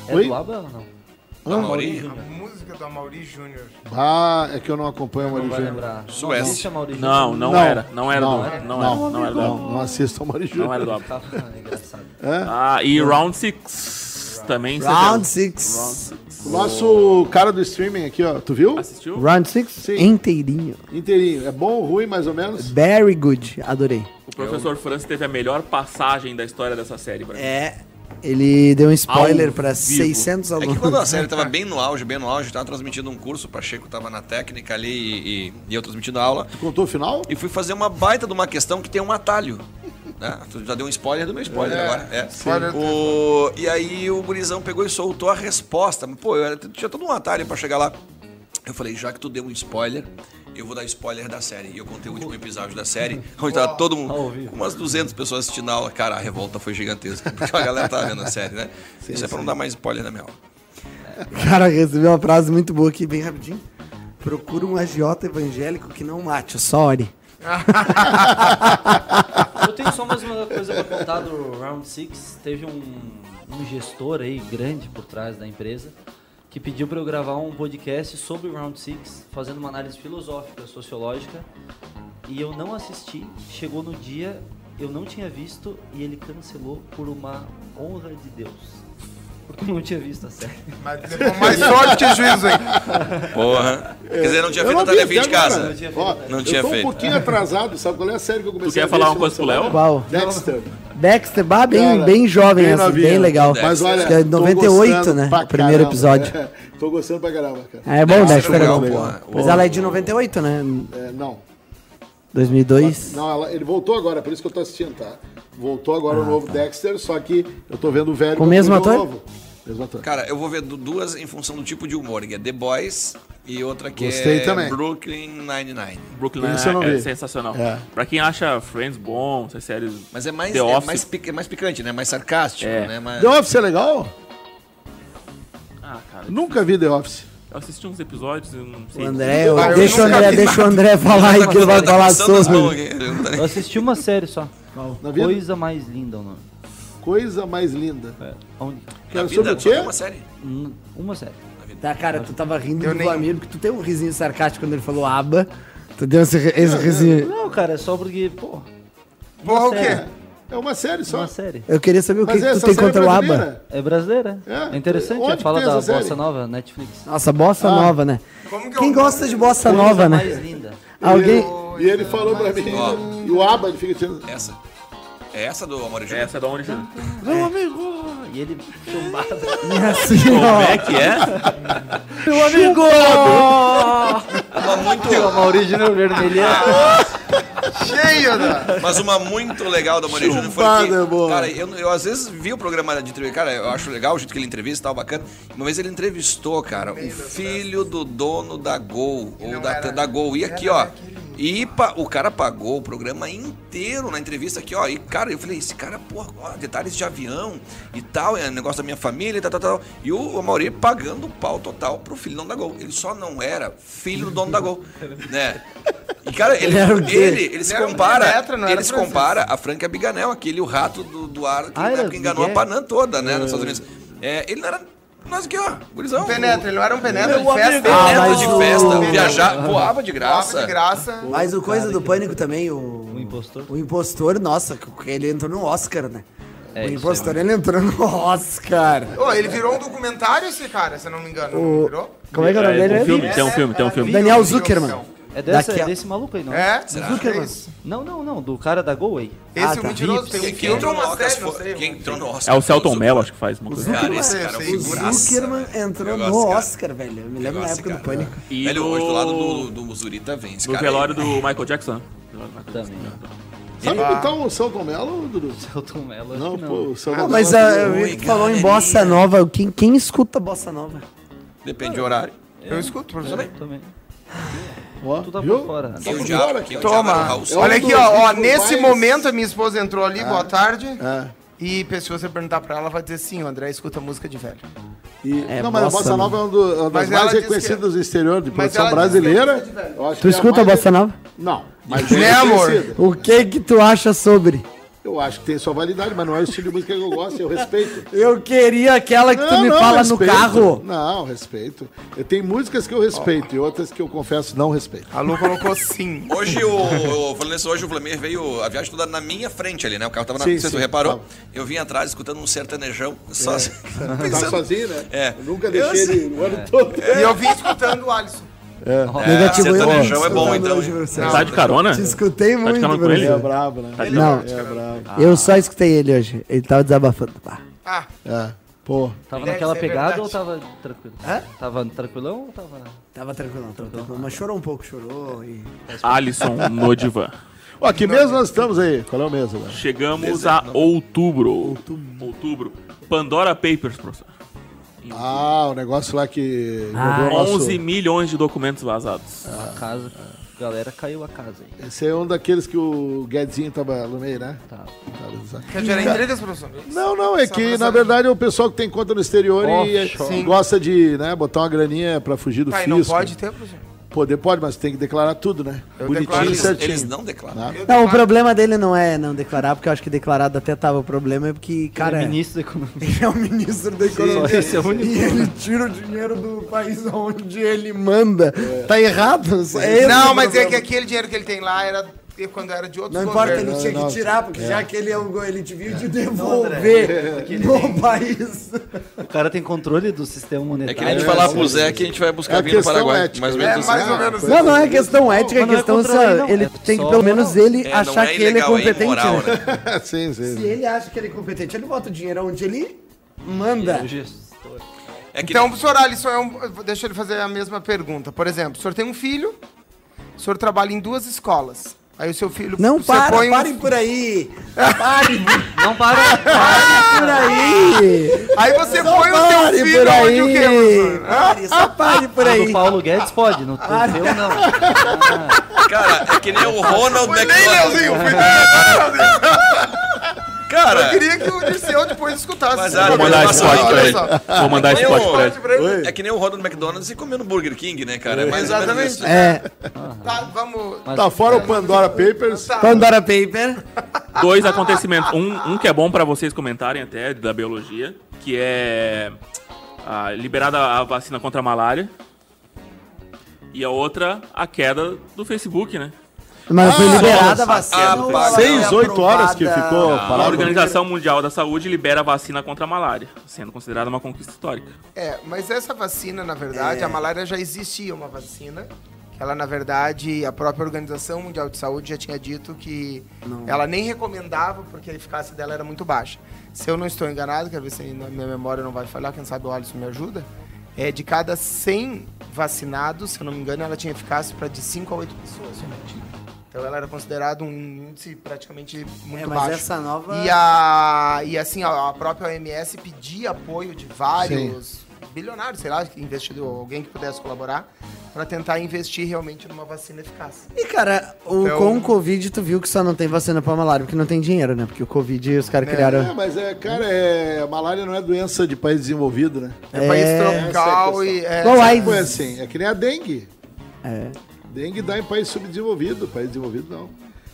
C: É
D: Oi?
C: do ABBA ou não?
F: Da Mauri?
A: Ah.
B: A música do Amaury Júnior.
D: Ah, é que eu não acompanho o
C: Não
D: Mauri
C: vai
D: Júnior.
C: lembrar.
F: Suécia.
C: Não, existe a Mauri Júnior.
E: Não, não,
D: Não.
E: era. Não era
D: Não,
E: do ABBA. Não,
D: não,
E: era. Não era do
D: Não,
E: ABBA.
D: não assisto ao Mauri
E: Não era do
D: Júnior.
E: ABBA.
C: Tá, engraçado.
E: Ah, e Round Six também. em
A: Round
E: setembro.
A: 6.
D: O nosso cara do streaming aqui, ó. Tu viu?
E: Assistiu?
A: Round 6?
D: Sim.
A: Inteirinho.
D: Inteirinho. É bom ou ruim, mais ou menos?
A: Very good. Adorei.
E: O professor Francis teve a melhor passagem da história dessa série, pra mim.
A: É. Ele deu um spoiler
E: Ao
A: pra
E: vivo.
A: 600
F: É
A: alunos.
F: que quando a série tava bem no auge, bem no auge, tava transmitindo um curso, o Pacheco tava na técnica ali e, e- e eu transmitindo a aula,
D: Contou o final?
F: e fui fazer uma baita de uma questão que tem um atalho. Né? Tu já deu um spoiler do meu spoiler agora. É.
B: spoiler.
F: O- e aí o gurizão pegou e soltou a resposta. Mas, Pô, eu era- tinha todo um atalho pra chegar lá. Eu falei, já que tu deu um spoiler, eu vou dar spoiler da série. E eu contei o último episódio da série, onde tava todo mundo, com umas 200 pessoas assistindo a aula. Cara, a revolta foi gigantesca, porque a galera tava vendo a série, né? Isso é pra não dar mais spoiler na minha aula.
A: Cara, eu recebi uma frase muito boa aqui, bem rapidinho. Procura um agiota evangélico que não mate, só ore.
C: Eu tenho só mais uma coisa pra contar do Round Six. Teve um, um gestor aí grande por trás da empresa que pediu pra eu gravar um podcast sobre o Round Six, fazendo uma análise filosófica, sociológica. E eu não assisti. Chegou no dia, eu não tinha visto e ele cancelou por uma honra de Deus. Porque eu não tinha visto a série.
B: Mas levou mais sorte e juízo, hein?
F: Porra. Quer dizer, não tinha
D: É. Eu
F: feito
D: não
F: a
D: vi
F: tarefinha
D: até
F: tá de
D: agora.
F: casa.
D: Ó,
F: Não tinha
D: eu tô
F: feito.
D: um pouquinho atrasado, sabe qual é a série que eu comecei
E: Tu quer
D: a ver
E: falar
D: esse
E: uma coisa pro
D: final de
E: Léo?
D: semana?
A: Qual?
D: Dexter.
A: Dexter, bah, bem,
D: Cara,
A: bem jovem
D: bem
A: essa, é
D: novinha.
A: bem legal.
D: Mas olha,
A: Acho que é
D: tô
A: 98,
D: gostando
A: né?
D: pra
A: O primeiro
D: caramba.
A: episódio.
D: É, tô gostando pra caramba, cara.
A: Ah, é bom, Dexter é
F: legal,
A: bom.
F: porra.
A: Mas ela é de 98, né?
D: É, não.
A: 2002.
D: Não, ela- ele voltou agora, por isso que eu tô assistindo, tá? Voltou agora o novo Dexter, só que eu tô vendo o velho.
A: Ah, tá. Com o
D: que eu
A: mesmo
D: vi no
A: ator?
D: Novo. Mesmo ator.
F: Cara, eu vou ver du- duas em função do tipo de humor, que é The Boys e outra que
D: Gostei
F: é
D: também.
F: Brooklyn Nine-Nine.
E: Brooklyn
D: Isso eu não
E: é,
D: vi.
E: é sensacional.
D: É.
E: Pra quem acha Friends bom, essas séries.
F: Mas é mais,
E: The
F: é
E: Office.
F: mais, pic- é mais picante, né? Mais sarcástico,
E: É.
F: né? Mais...
D: The Office é legal?
E: Ah, cara.
D: Nunca vi The Office.
E: Eu assisti uns episódios e não sei.
A: O André, eu-
B: Ah, eu
A: deixa, o
B: nunca
A: André
B: vi
A: deixa o André falar
D: é
A: aí que ele
F: Tá
A: vai falar sobre.
C: Eu assisti uma série só.
D: Na vida,
C: Coisa mais linda o nome.
D: Coisa mais linda.
C: É, a única.
D: Cara, sobre o quê?
F: Uma série.
C: Hum, Uma série.
A: Tá, cara, tu tava rindo
B: Eu
A: do
B: nem-
A: Vlamir, porque tu tem um risinho sarcástico quando ele falou aba. Tu deu esse, ri- esse risinho.
C: Não, cara, é só porque, pô,
B: Porra, o quê?
C: série.
D: É uma série só.
C: uma série.
A: Eu queria saber o que, que tu tem contra o aba.
C: É brasileira.
D: É?
C: É, interessante.
D: Onde
C: Ela fala
D: tem
C: da
D: essa série?
C: Bossa Nova, Netflix.
A: Nossa, bossa nova, né?
B: Como que
A: Quem
B: eu-
A: gosta de bossa
C: Coisa
A: nova, né?
C: mais linda.
A: Alguém.
D: E ele falou pra mim,
F: Ó.
D: e o Aba, ele fica tirando.
F: Essa. É essa do Amor e
E: É,
F: Julieta?
E: essa é da onde? Júlio?
C: E ele chumbado.
A: E assim,
E: Como
A: ó.
E: é que é?
A: Meu amigo!
E: É.
F: Uma muito,
C: Uma original vermelha.
B: Cheio né? da...
F: mas uma muito legal do Amor e Júnior foi
D: Chupada,
F: que,
D: boa.
F: cara, eu, eu às vezes vi o programa de entrevista, cara, eu acho legal o jeito que ele entrevista, e tal, bacana. Uma vez ele entrevistou, cara, o filho do dono da Gol, ou da,
B: era-
F: da Gol, e aqui,
B: era
F: ó,
B: daquele-
F: E pa- o cara pagou o programa inteiro na entrevista aqui, ó. E, cara, eu falei, esse cara, porra, ó, detalhes de avião e tal, é negócio da minha família e tal, tal, tal. E o Mauri pagando o pau total pro filho do dono da Gol. Ele só não era filho do dono da Gol, né? E, cara, ele,
A: Ele era o
F: ele,
A: quê?
F: ele se
B: Ele era um
F: compara,
B: penetra, não era
F: ele se
B: francês.
F: compara a Frank Abiganel, aquele o rato do, do ar que
C: Ah,
F: na
C: era
F: época enganou a
C: Miguel?
F: Panam toda, né, nos Estados Unidos. É, ele não era... Nós aqui, ó, gurizão.
B: Penetra, ele não era um penetra de
F: Meu amigo,
B: festa.
A: Ah,
F: penetra
A: mas
F: de
A: o-
F: festa, viajar, voava de graça.
B: Graça. de graça.
A: Mas o Coisa do Pânico também, o...
C: O Impostor.
A: O Impostor, nossa, que ele entrou no Oscar, né? o
C: É, isso
A: Impostor, ele entrou no Oscar.
B: Ô, ele virou um documentário esse cara, se eu não me engano. não Virou?
A: Como é que é o nome
E: É,
A: dele?
E: tem um filme,
A: mesmo?
E: tem um filme, tem um filme.
A: Daniel
B: Virou
A: Zuckerman.
B: opção.
C: É dessa,
A: Daqui a-
C: é desse maluco aí, não?
B: É?
A: Zuckerman.
B: É isso.
C: Não, não, não. Do cara da Go aí.
A: Ah,
B: Esse é
A: tá.
B: o mentiroso. Tem um
F: Quem, quem
B: filme ou
F: entrou no
B: uma
F: Oscar
B: série, não
F: foi,
B: sei. um
F: quem entrou no Oscar
E: É o
F: foi
E: Celton
F: Zuc-
E: Mel, acho que faz uma coisa.
F: Cara, esse cara é um
B: O
A: O
F: figuraça,
A: Zuckerman
F: velho.
A: entrou
F: Eu
A: no
F: gosto, cara.
A: Oscar, velho. Eu me lembro na
F: Negócio,
A: época do
F: cara.
A: Pânico.
E: E
F: Velho, hoje do
E: do-
F: lado do, do Zurita vence,
E: Do
F: cara.
E: velório do Michael Jackson. Velório do Michael Jackson.
C: Também.
D: Sabe imitar o Celton Mello, Dudu?
C: Celton Mello, acho
D: Não,
C: é que
D: pô, o Celton Mello.
A: Mas ah,
D: é
A: É.
D: muito
A: ele
F: ruim,
A: falou em
F: galerinha.
A: bossa nova. Quem, quem escuta bossa nova?
F: É, Depende do horário.
B: Eu escuto, professor.
C: Eu também.
D: Ó,
C: Tu tá
D: viu?
C: por fora.
F: Quem
D: por
F: odiava,
D: fora.
F: quem odiava era o
B: Toma.
F: Raul Seixas.
B: Olha aqui, ó. ó nesse
D: Mais-
B: momento a minha esposa entrou ali,
A: Ah.
B: boa tarde.
D: É.
B: E pe- se você perguntar pra ela, vai dizer sim, o André escuta música de velho.
D: E-
A: É,
D: não, mas a
A: bossa
D: Bossa Nova é uma, do- uma das
B: Mas ela
D: mais
B: diz que-
D: reconhecidas do exterior, de produção
B: ela diz que é
D: brasileira.
B: música de velho.
D: Eu acho
A: Tu
D: que é
A: escuta a
D: mais-
A: bossa nova?
D: Não, mas
B: Né,
D: é
B: amor?
D: reconhecida.
A: O que que tu acha sobre?
D: Eu acho que tem sua validade, mas não é o estilo de música que eu gosto, eu respeito.
A: Eu queria aquela que tu me fala no
D: respeito.
A: carro.
D: Não, respeito. Eu tenho músicas que eu respeito e outras que eu confesso não respeito.
B: A Lu colocou sim.
F: Hoje o, o falando nisso, hoje o Vlamir veio a viagem toda na minha frente ali, né? O carro tava na,
D: Sim,
F: não sei
D: sim,
F: se tu
D: Tá. É.
F: reparou.
D: tava.
F: Eu vim atrás escutando um sertanejão, só assim.
D: Tá
F: pensando.
D: sozinho, né?
F: É.
D: Eu nunca
F: Eu
D: deixei
F: sei. É.
D: ele o ano todo.
B: E eu vim escutando o Alisson.
A: Negativo eu.
F: sertanejão é bom,
A: Escutando
F: então.
A: hoje, Marcelo.
E: Tá de carona?
A: Te escutei muito,
E: falando com
A: Bruno.
E: ele?
D: É brabo, né?
E: Tá de
A: Não,
D: É brabo.
A: eu só escutei ele hoje. Ele tava desabafando. pá.
B: Ah,
D: É. Pô.
C: Tava
B: Deve
C: naquela
B: ser
C: pegada
B: verdade.
C: ou tava tranquilo?
A: Hã?
C: Tava tranquilão ou tava...
A: Tava tranquilão, tava tranquilão. Mas chorou um pouco, chorou. E...
E: Alisson no divã.
D: Ó, que mês nós estamos aí? Qual é o mês agora?
E: Chegamos a outubro. Outubro. Pandora Papers, professor.
D: Ah, o negócio lá que
A: Ah,
D: jogou o nosso...
E: 11 milhões de documentos vazados.
C: A casa... Galera, caiu a casa aí.
D: Esse é um daqueles que o Guedzinho tava no meio, né?
C: Tá.
D: Tava usando.
B: quer gerar entregas, professor?
D: Não, não, é
B: Só
D: que
B: pra
D: na
B: saber.
D: verdade é o pessoal que tem conta no exterior e é,
C: Offshore.
D: gosta de né, botar uma graninha pra fugir do
B: Tá, e
D: fisco.
B: não pode ter, professor?
D: poder pode, mas tem que declarar tudo, né?
B: declaro
D: Bonitinho e
F: Eles,
D: certinho.
F: eles não declaram.
D: Né?
A: Não, o problema dele não é não declarar, porque eu acho que declarado até tava. O problema é porque, cara.
C: Ele é ministro da economia.
A: Ele é o ministro da economia. né?
C: Só esse é o único.
A: E ele tira o dinheiro do país onde ele manda.
D: É.
A: Tá errado? só é esse
B: não,
A: o
B: mas é
A: problema.
B: que aquele dinheiro que ele tem lá era de- quando era de outros
A: Não importa, ele
B: governos.
A: tinha que
D: Nossa.
A: tirar, porque já que ele é um ele devia te devolver no país.
C: O cara tem controle do sistema monetário.
F: É que nem a gente falar
D: sim,
F: pro Zé que a gente vai buscar
D: É a
F: vinho no
D: questão
F: Paraguai.
D: ética. né?
F: Mais ou menos
B: É,
F: assim.
B: mais ou menos
A: Não, não é questão ética, é
C: Mas não é
A: questão.
C: contra ele,
A: só-
C: não.
A: Ele
C: É
A: tem que,
C: só-
A: pelo menos, ele
F: É, não
A: achar
F: é
A: que ele é
F: ilegal,
A: competente.
F: imoral,
A: né?
F: né?
D: sim, sim.
A: Se ele acha que ele é competente, ele bota o dinheiro onde ele manda.
C: O gestor.
F: É que
B: Então, professor Alisson, é um- deixa ele fazer a mesma pergunta. Por exemplo, o senhor tem um filho, o senhor trabalha em duas escolas. Aí o seu filho...
A: Não,
B: você
A: para,
B: põe um-
A: parem por aí. Parem
C: Não para.
A: por aí.
B: Aí você põe o seu
A: pare por
B: filho onde o quê,
A: aí.
B: professor?
A: Pare, só pare por
C: O
A: aí.
C: Ah, do Paulo Guedes pode, no teu Ah, não.
F: Cara, é que nem o Ronald
B: Foi bem,
F: McDonald.
B: Leozinho, foi bem, Leozinho. Eu
F: Cara,
B: queria que o Dirceu depois escutasse.
F: Mas,
B: esse
F: ah,
E: Vou
B: programa.
E: mandar
F: Olha
E: esse
F: só,
E: pote pra
F: olha
E: ele. Vou mandar esse
F: Eu-
E: pote pra ele.
B: Pode pra ele.
F: é que nem o Ronald McDonald's e comendo Burger King, né, cara? É mais ou menos isso.
A: É,
B: Tá, vamos...
D: Tá fora o Pandora Papers.
B: Tá.
A: Pandora Paper.
E: Dois acontecimentos. Um, um que é bom pra vocês comentarem até, da biologia, que é a- liberada a vacina contra a malária. E a outra, a queda do Facebook, né?
A: Mas foi
D: Ah,
A: liberada a
E: nossa,
A: vacina.
F: ah,
A: ou ela
F: seis,
A: foi
D: oito horas que
A: aprovada?
D: ficou
E: a
D: parado.
E: Organização Mundial da Saúde libera a vacina contra a malária, sendo considerada uma conquista histórica.
B: É, mas essa vacina, na verdade, a malária já existia uma vacina. que Ela, na verdade, a própria Organização Mundial de Saúde já tinha dito que ela nem recomendava porque a eficácia dela era muito baixa. Se eu não estou enganado, quero ver se na minha memória não vai falhar, quem sabe o Alisson me ajuda. É, de cada 100 vacinados, se eu não me engano, ela tinha eficácia para de 5 a 8 pessoas somente. Então ela era considerada um índice praticamente muito
A: É, mas
B: baixo.
A: essa nova-
B: E a, e assim, a a própria OMS pedia apoio de vários bilionários, sei lá, investidor, alguém que pudesse colaborar, para tentar investir realmente numa vacina eficaz.
A: E, cara, o,
B: Então-
A: com o Covid, tu viu que só não tem vacina pra malária, porque não tem dinheiro, né? Porque o Covid os caras
D: É,
A: criaram.
D: mas é, cara, é, a malária não é doença de país desenvolvido, né?
B: É, país
D: essa
B: tropical
D: é a
B: e. É,
A: Qual
D: É,
A: AIDS?
D: tipo, é assim, é que nem a dengue.
A: É.
D: Dengue dá em país subdesenvolvido, país desenvolvido não.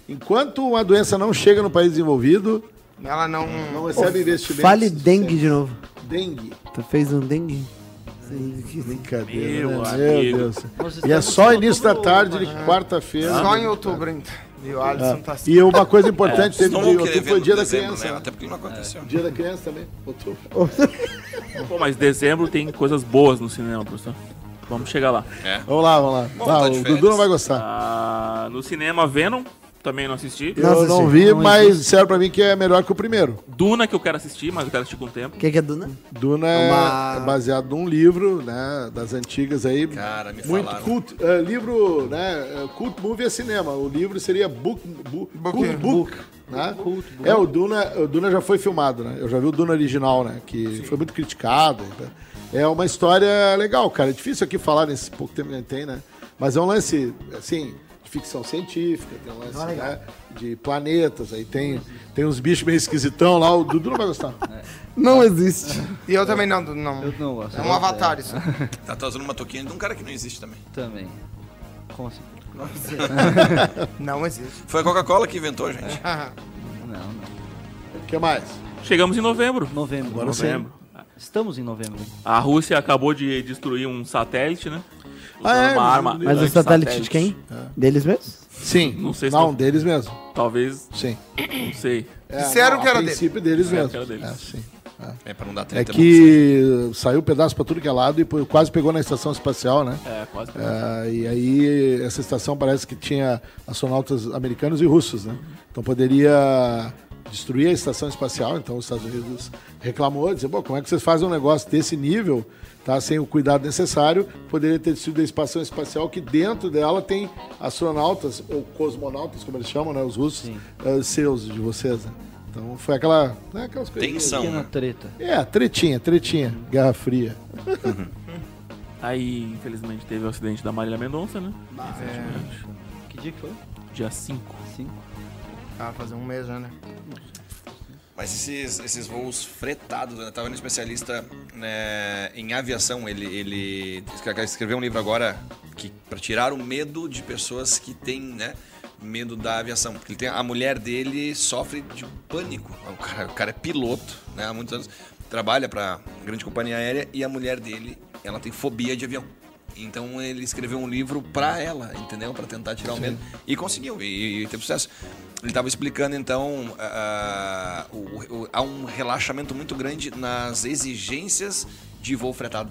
D: Enquanto uma doença não chega no país desenvolvido,
B: ela não.
D: não recebe investimento.
A: Fale dengue de novo.
D: Dengue.
A: Tu fez um dengue?
D: Brincadeira,
E: Meu
D: né?
E: amigo.
D: Deus.
C: Nós
D: E é
C: estamos
D: só
C: em
D: início da
C: outubro,
D: tarde,
C: Paraná.
D: quarta-feira.
B: Só em outubro ainda. E o Alisson tá assim.
D: E uma coisa importante, teve
F: Não
D: de
F: vão querer
D: outubro
F: ver
D: foi
F: no
D: dia da
F: É, dezembro,
D: criança.
F: né?
D: né?
F: Até porque não aconteceu.
D: Dia da criança também, outubro.
E: Pô, mas dezembro tem coisas boas no cinema, professor. Vamos chegar lá.
D: Vamos lá, vamos lá.
F: Bom, tá
D: Ah,
F: de
D: o
F: férias.
D: Dudu não vai gostar.
E: Ah, no cinema, Venom, também não assisti.
A: Não
D: eu não
A: assisti.
D: vi, mas disseram pra mim que é melhor que o primeiro.
E: Duna, que eu quero assistir, mas eu quero assistir com o tempo.
A: O que, que é Duna?
D: Duna é
A: Uma-
D: é baseado num livro, né, das antigas aí.
F: Cara, me
D: muito
F: falaram.
D: cult, é, livro, né, é, cult movie é cinema. O livro seria book, bu, cult book, né? É o Duna, o Duna já foi filmado, né? Eu já vi o Duna original, né, que foi muito criticado. né? É uma história legal, cara. É difícil aqui falar nesse pouco tempo que a gente tem, né? Mas é um lance, assim, de ficção científica, tem um lance, né, de planetas, aí tem tem uns bichos meio esquisitão lá, o Dudu não vai gostar.
F: É.
A: Não existe.
B: E eu também não. não.
C: Eu não gosto.
B: É um avatar isso.
F: Tá trazendo uma toquinha de um cara que não existe também.
C: Também. Como assim?
B: Não existe.
F: Foi a Coca-Cola que inventou, gente.
C: Não, não.
D: O que mais?
E: Chegamos em novembro.
C: Novembro.
E: novembro.
C: Estamos em novembro.
E: A Rússia acabou de destruir um satélite, né? Usando
D: Ah, é,
E: uma
D: mas-
E: arma.
A: Mas o satélite de quem? Deles mesmos?
D: Sim.
E: Não sei se
D: Não,
E: não-
D: um deles mesmo.
E: Talvez,
D: Sim. É,
E: não sei.
B: Disseram
D: não,
B: que era
D: a
B: dele.
D: princípio deles
E: Disseram
D: mesmo.
E: que era deles.
D: É, sim.
F: É pra não dar
D: É
F: treta.
D: que saiu um pedaço pra tudo que é lado e pô- quase pegou na estação espacial, né?
E: É, quase.
D: Ah, e aí, essa estação parece que tinha astronautas americanos e russos, né? Então poderia destruir a estação espacial. Então, os Estados Unidos reclamou, disse: Pô, como é que vocês fazem um negócio desse nível, tá? Sem o cuidado necessário? Poderia ter destruído a estação espacial, que dentro dela tem astronautas, ou cosmonautas, como eles chamam, né? Os russos, ah, seus, de vocês, né? Então, foi aquela. Né, aquelas coisinhas.
F: Tensão,
C: Pequena
F: né?
C: treta.
D: É, tretinha, tretinha. Guerra Fria.
E: Aí, infelizmente, teve o acidente da Marília Mendonça, né? Recentemente.
C: Que dia que foi?
E: Dia 5.
C: Cinco.
B: Ah, fazer um mês já, né?
F: Mas esses, esses voos fretados, né? Tava no especialista né, em aviação, ele, ele escre- escreveu um livro agora, que para tirar o medo de pessoas que têm, né, medo da aviação, porque ele tem, a mulher dele sofre de pânico. O cara, o cara é piloto, né, há muitos anos trabalha para grande companhia aérea e a mulher dele, ela tem fobia de avião. Então ele escreveu um livro pra ela, entendeu? Pra tentar tirar o medo. E conseguiu, e, e teve sucesso. Ele tava explicando, então, ah, o- o- há um relaxamento muito grande nas exigências de voo fretado.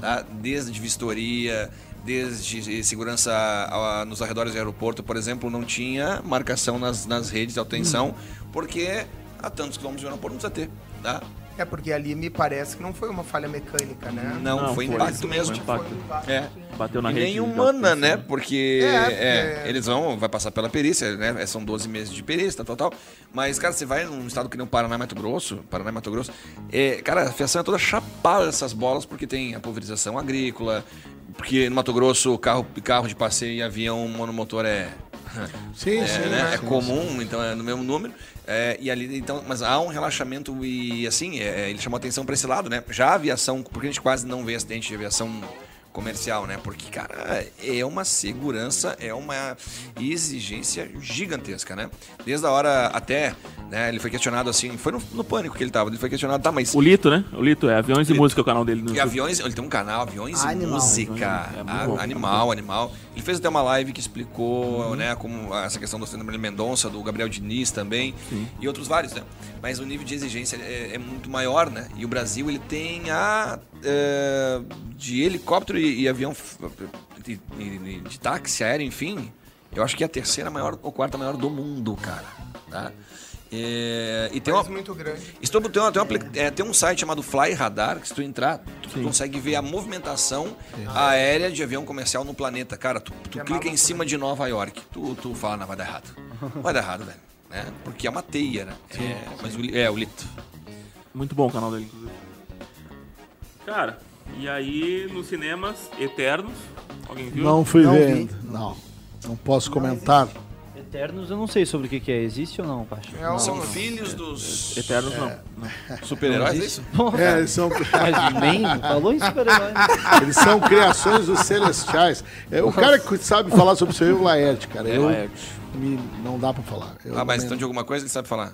F: tá? Desde vistoria, desde segurança ah, nos arredores do aeroporto, por exemplo, não tinha marcação nas, nas redes de atenção, porque a tantos quilômetros do aeroporto não precisa ter. Tá?
B: É porque ali me parece que não foi uma falha mecânica, né?
F: Não,
E: Não,
F: foi
E: foi
F: impacto
E: isso,
F: mesmo.
E: foi impacto.
F: É.
E: Bateu na
F: E
E: rede.
F: nem
E: de
F: humana,
E: alta
F: né?
E: tensão.
F: Porque,
B: É, porque-
F: é, eles vão, vai passar pela perícia, né? São 12 meses de perícia, tal, tal, tal. Mas, cara, você vai num estado que nem o Paraná, Mato Grosso, Paraná, Mato Grosso, é, cara, a fiação é toda chapada essas bolas, porque tem a pulverização agrícola, porque no Mato Grosso carro, carro de passeio e avião monomotor é,
D: Sim, sim.
F: é, né?
D: sim,
F: É
D: sim.
F: comum, então é no mesmo número. É, e ali, então, mas há um relaxamento e assim, é, ele chamou atenção pra esse lado, né? Já a aviação, porque a gente quase não vê acidente de aviação comercial, né? Porque, cara, é uma segurança, é uma exigência gigantesca, né? Desde a hora até, né? Ele foi questionado assim, foi no, no pânico que ele tava, ele foi questionado, tá, mas
E: O Lito, né? O Lito é Aviões e Música, é o canal dele no
F: e
E: YouTube.
F: aviões, ele tem um canal, aviões
A: Animal.
F: e música.
E: É muito
F: A-
E: bom. Uhum.
F: animal, animal. Ele fez até uma live que explicou, né, como essa questão do Fernando Mendonça, do Gabriel Diniz também, e outros vários, né? Mas o nível de exigência é, é muito maior, né? E o Brasil, ele tem a. é, de helicóptero e, e avião. f- De, de- de táxi, aéreo, enfim. Eu acho que é a terceira maior ou quarta maior do mundo, cara. Tá? É, e tem uma,
B: Mas muito grande.
F: Estou, tem, uma- tem, uma apli- é, tem um site chamado Fly Radar, que se tu entrar, tu consegue ver a movimentação aérea de avião comercial no planeta. Cara, tu, tu
B: É
F: clica em
B: maluco,
F: cima de Nova York, tu, tu fala, não, vai dar errado. Vai dar errado, velho. Né? Porque é uma teia, né? é, Mas o, li- é, o Lito.
E: Muito bom o canal dele, inclusive. Cara, e aí nos cinemas Eternos. Alguém viu?
D: Não fui
A: Não
D: ver
A: vi.
D: ainda. Não. Não posso comentar.
C: Eternos, eu não sei sobre o que, que é. Existe ou não, Pacha?
B: É um-
F: São filhos dos
E: Eternos não.
F: super-heróis, é isso?
D: É, eles são,
C: Mas nem falou em super-herói. né?
D: eles são criações dos celestiais. É, o cara que sabe falar sobre é o seu Laerte, cara. Eu,
E: é.
D: me- não dá pra falar. Eu
F: Ah, mas
D: também-
F: então de alguma coisa ele sabe falar.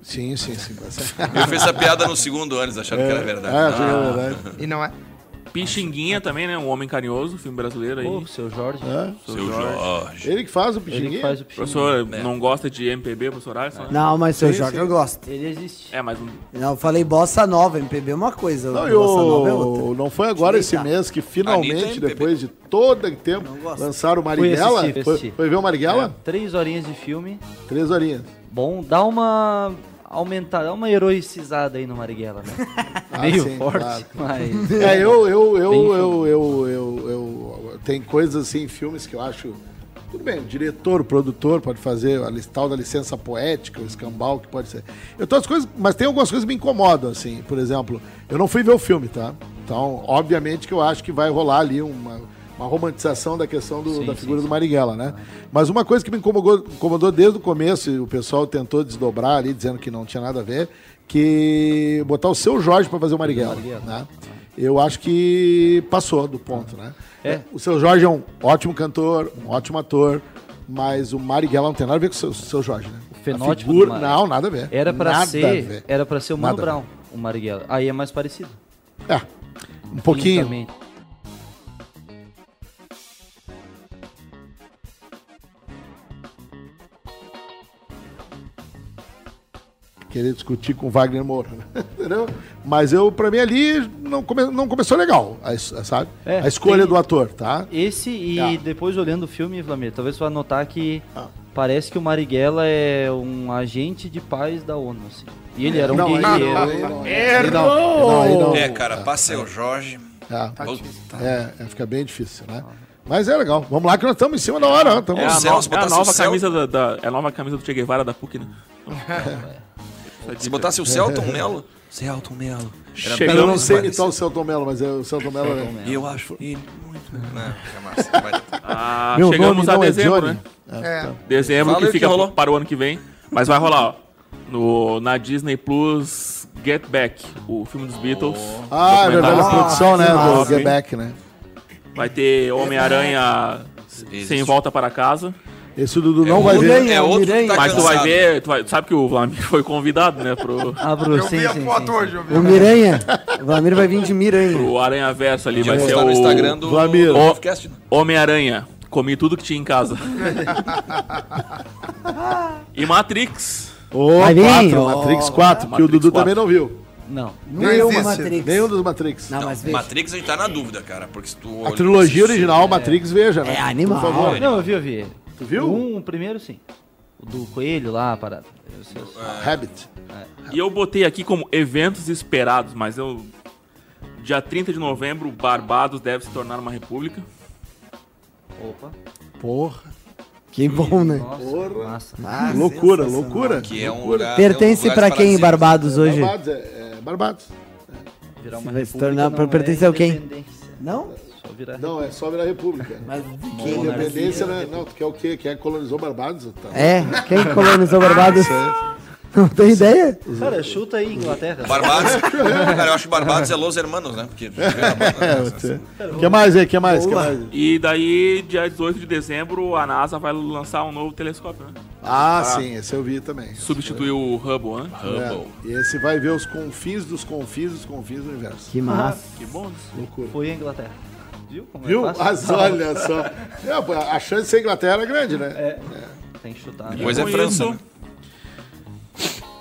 D: Sim, sim, sim. mas-
F: Eu fiz essa piada no segundo ano, achando que era
D: Ah,
F: verdade.
D: sim, é verdade.
B: E não é.
E: Pixinguinha também, né? Um Homem Carinhoso, filme brasileiro aí.
C: Pô, seu Jorge.
D: É.
F: Seu Jorge.
D: Ele que faz o
C: Ele que
D: pichinguinho?
C: faz o pichinho.
E: Professor,
F: é.
E: não gosta de MPB, professor Alisson? né?
A: Não, mas seu Jorge eu gosto.
C: Ele existe.
E: É, mas um-
A: Não, eu falei bossa nova, MPB é uma coisa,
D: Não, e
A: bossa nova é outra.
D: o- não foi agora
C: tá.
D: esse
A: Direita.
D: mês que finalmente,
F: Anitta,
D: depois de todo o tempo,
A: gosto.
D: lançaram o Marighella?
C: Fui assistir, É. fui
D: Foi,
C: assistir.
D: foi ver o Marighella?
C: Três horinhas de filme.
D: Três horinhas.
C: Bom, dá uma aumentada, dá uma heroicizada aí no Marighella, né?
D: Ah,
C: Meio
D: sim,
C: forte,
D: claro.
C: mas...
D: É, eu, eu, eu, eu,
C: Bem
D: eu, eu, eu- eu- Tem coisas assim, filmes que eu acho. Tudo bem, o diretor, o produtor pode fazer a lis- tal da licença poética, o escambau, que pode ser. Eu tô as coisas, mas tem algumas coisas que me incomodam, assim. Por exemplo, eu não fui ver o filme, tá? Então, obviamente que eu acho que vai rolar ali uma, uma romantização da questão do-
C: Sim,
D: da
C: sim,
D: figura
C: sim.
D: do Marighella, né? Mas uma coisa que me incomodou, incomodou desde o começo, e o pessoal tentou desdobrar ali, dizendo que não tinha nada a ver, que botar o seu Jorge pra fazer o Marighella,
C: Marighella.
D: né? Eu acho que passou do ponto, né?
C: É.
D: O seu Jorge é um ótimo cantor, um ótimo ator, mas o Marighella não tem nada a ver com o seu, seu Jorge, né?
C: O fenótipo
D: A figura-
C: do Marighella.
D: Não, nada a ver.
C: Era pra
D: Nada a
C: ser,
D: ver.
C: era para ser o Mano
D: Nada a
C: Brown, o Marighella. Aí é mais parecido.
D: É, um pouquinho.
C: fisicamente.
D: querer discutir com Wagner Moura, né? entendeu? Mas eu, pra mim, ali não, come- não começou legal, a, es- a- sabe?
C: É,
D: a escolha
C: tem-
D: do ator, tá?
C: Esse e
D: Tá.
C: depois olhando o filme, Flamir, talvez você vá notar que
D: Ah.
C: parece que o Marighella é um agente de paz da ONU, assim. E ele era um
D: não, aí não,
C: guerreiro.
D: aí não, aí não, aí não.
F: É, cara, passe o Jorge.
D: Tá.
F: Puta.
D: É, é, fica bem difícil, né? Mas é legal. Vamos lá que nós estamos em cima da hora. ó, Tamo...
E: é, a
F: céu,
E: no-
F: se
E: é a
F: botasse o
E: nova
F: céu-
E: camisa da, da- é a nova camisa do Che Guevara da PUC, né?
F: Se botasse o Celton Mello. Celton Mello.
E: Chegamos,
F: Era
D: Cara, eu não
F: bem
D: sei
F: parecido.
D: imitar o Celton Mello, mas é, o Celton Mello é...
F: E eu acho ele muito. um Não, é massa. Vai.
E: Ah,
D: Meu
E: chegamos
D: nome
E: a
D: não é
E: dezembro,
D: Johnny.
E: né?
B: É.
E: Dezembro
F: Fala aí
E: que
F: o que
E: fica
F: rolou.
E: para o ano que vem. Mas vai rolar, ó. No, na Disney Plus Get Back, o filme dos Beatles.
D: Ah, é verdade, a
E: documentário.
D: produção, né,
A: que
D: do
E: massa,
D: Get
E: hein?
D: Back, né?
E: Vai ter Homem-Aranha sem
F: Existe.
E: volta para casa.
D: Esse Dudu não vai
A: outro-
D: ver.
A: Miranha,
F: é outro que
A: Miranha.
F: tá
E: Mas tu
F: cansado.
E: vai ver, tu vai- tu sabe que o Vladimir foi convidado, né, pro,
C: Ah, Bruno,
B: Eu
C: sim,
B: vi a
C: sim,
B: foto
C: sim,
B: hoje,
C: sim.
B: eu vi.
A: O Miranha. O Vladimir vai vir de Miranha.
E: pro Aranha Verso ali. Vai
F: Vai
E: ser
F: postar no Instagram
E: o
F: do
D: Vlamir.
F: do podcast.
E: Homem-Aranha. Comi tudo que tinha em casa. e Matrix.
D: Ô,
A: Vai vir,
D: quatro,
A: ó.
D: Matrix 4, que o
E: Matrix
D: Dudu
E: 4.
D: também não viu.
C: Não.
A: Não é uma
B: existe.
A: Matrix.
D: Nenhum dos Matrix.
A: Não, mas veja.
F: Matrix a gente tá na dúvida, cara, porque se tu...
D: A trilogia original, Matrix, veja, né?
A: É animal.
D: Por favor.
C: Não, eu vi, eu vi.
D: Tu viu?
C: Um, o primeiro sim. O do coelho lá, a parada. Eu sei, eu sei.
D: Habit.
E: E eu botei aqui como eventos esperados, mas eu. Dia 30 de novembro, Barbados deve se tornar uma república.
C: Opa.
D: Porra.
A: Que bom, né?
C: Nossa,
D: Porra.
C: massa.
A: Ah,
D: loucura,
A: sensacional.
D: loucura.
F: Que é um
D: loucura.
F: lugar...
A: Pertence
F: é um lugar
A: pra quem em
F: paradisíaco.
A: Barbados hoje?
D: Barbados, é, é Barbados.
C: Virar uma
A: Vai se
C: república
A: tornar-
C: não
A: pra
C: é
A: pertencer a quem?
C: independência.
A: Não?
C: Só virar
D: Não, é só virar república.
A: Mas
D: Que
A: quem?
D: independência, né? Não, tu quer o quê? Quer colonizou Barbados? Tá.
A: É, quem colonizou Barbados?
B: Ah,
A: Não tem ideia?
C: Cara, chuta aí, Inglaterra.
F: Barbados. cara, eu acho que Barbados é Los Hermanos, né? Porque...
D: É, você. Que mais aí? Que mais? Que mais?
E: E daí, dia 18 de dezembro, a NASA vai lançar um novo telescópio, né?
D: Ah, Tá sim, esse eu vi também.
E: Substituir o Hubble, né?
D: É, e esse vai ver os confins dos confins dos confins do universo.
A: Que massa.
E: Que bom isso.
D: Loucura.
C: Foi a Inglaterra. Viu? Como
D: Viu?
C: É fácil?
D: Mas olha só. É, pô, a chance de ser Inglaterra era grande, né?
C: Tem que chutar. né?
F: Pois é,
E: Com
F: França,
E: isso,
F: né?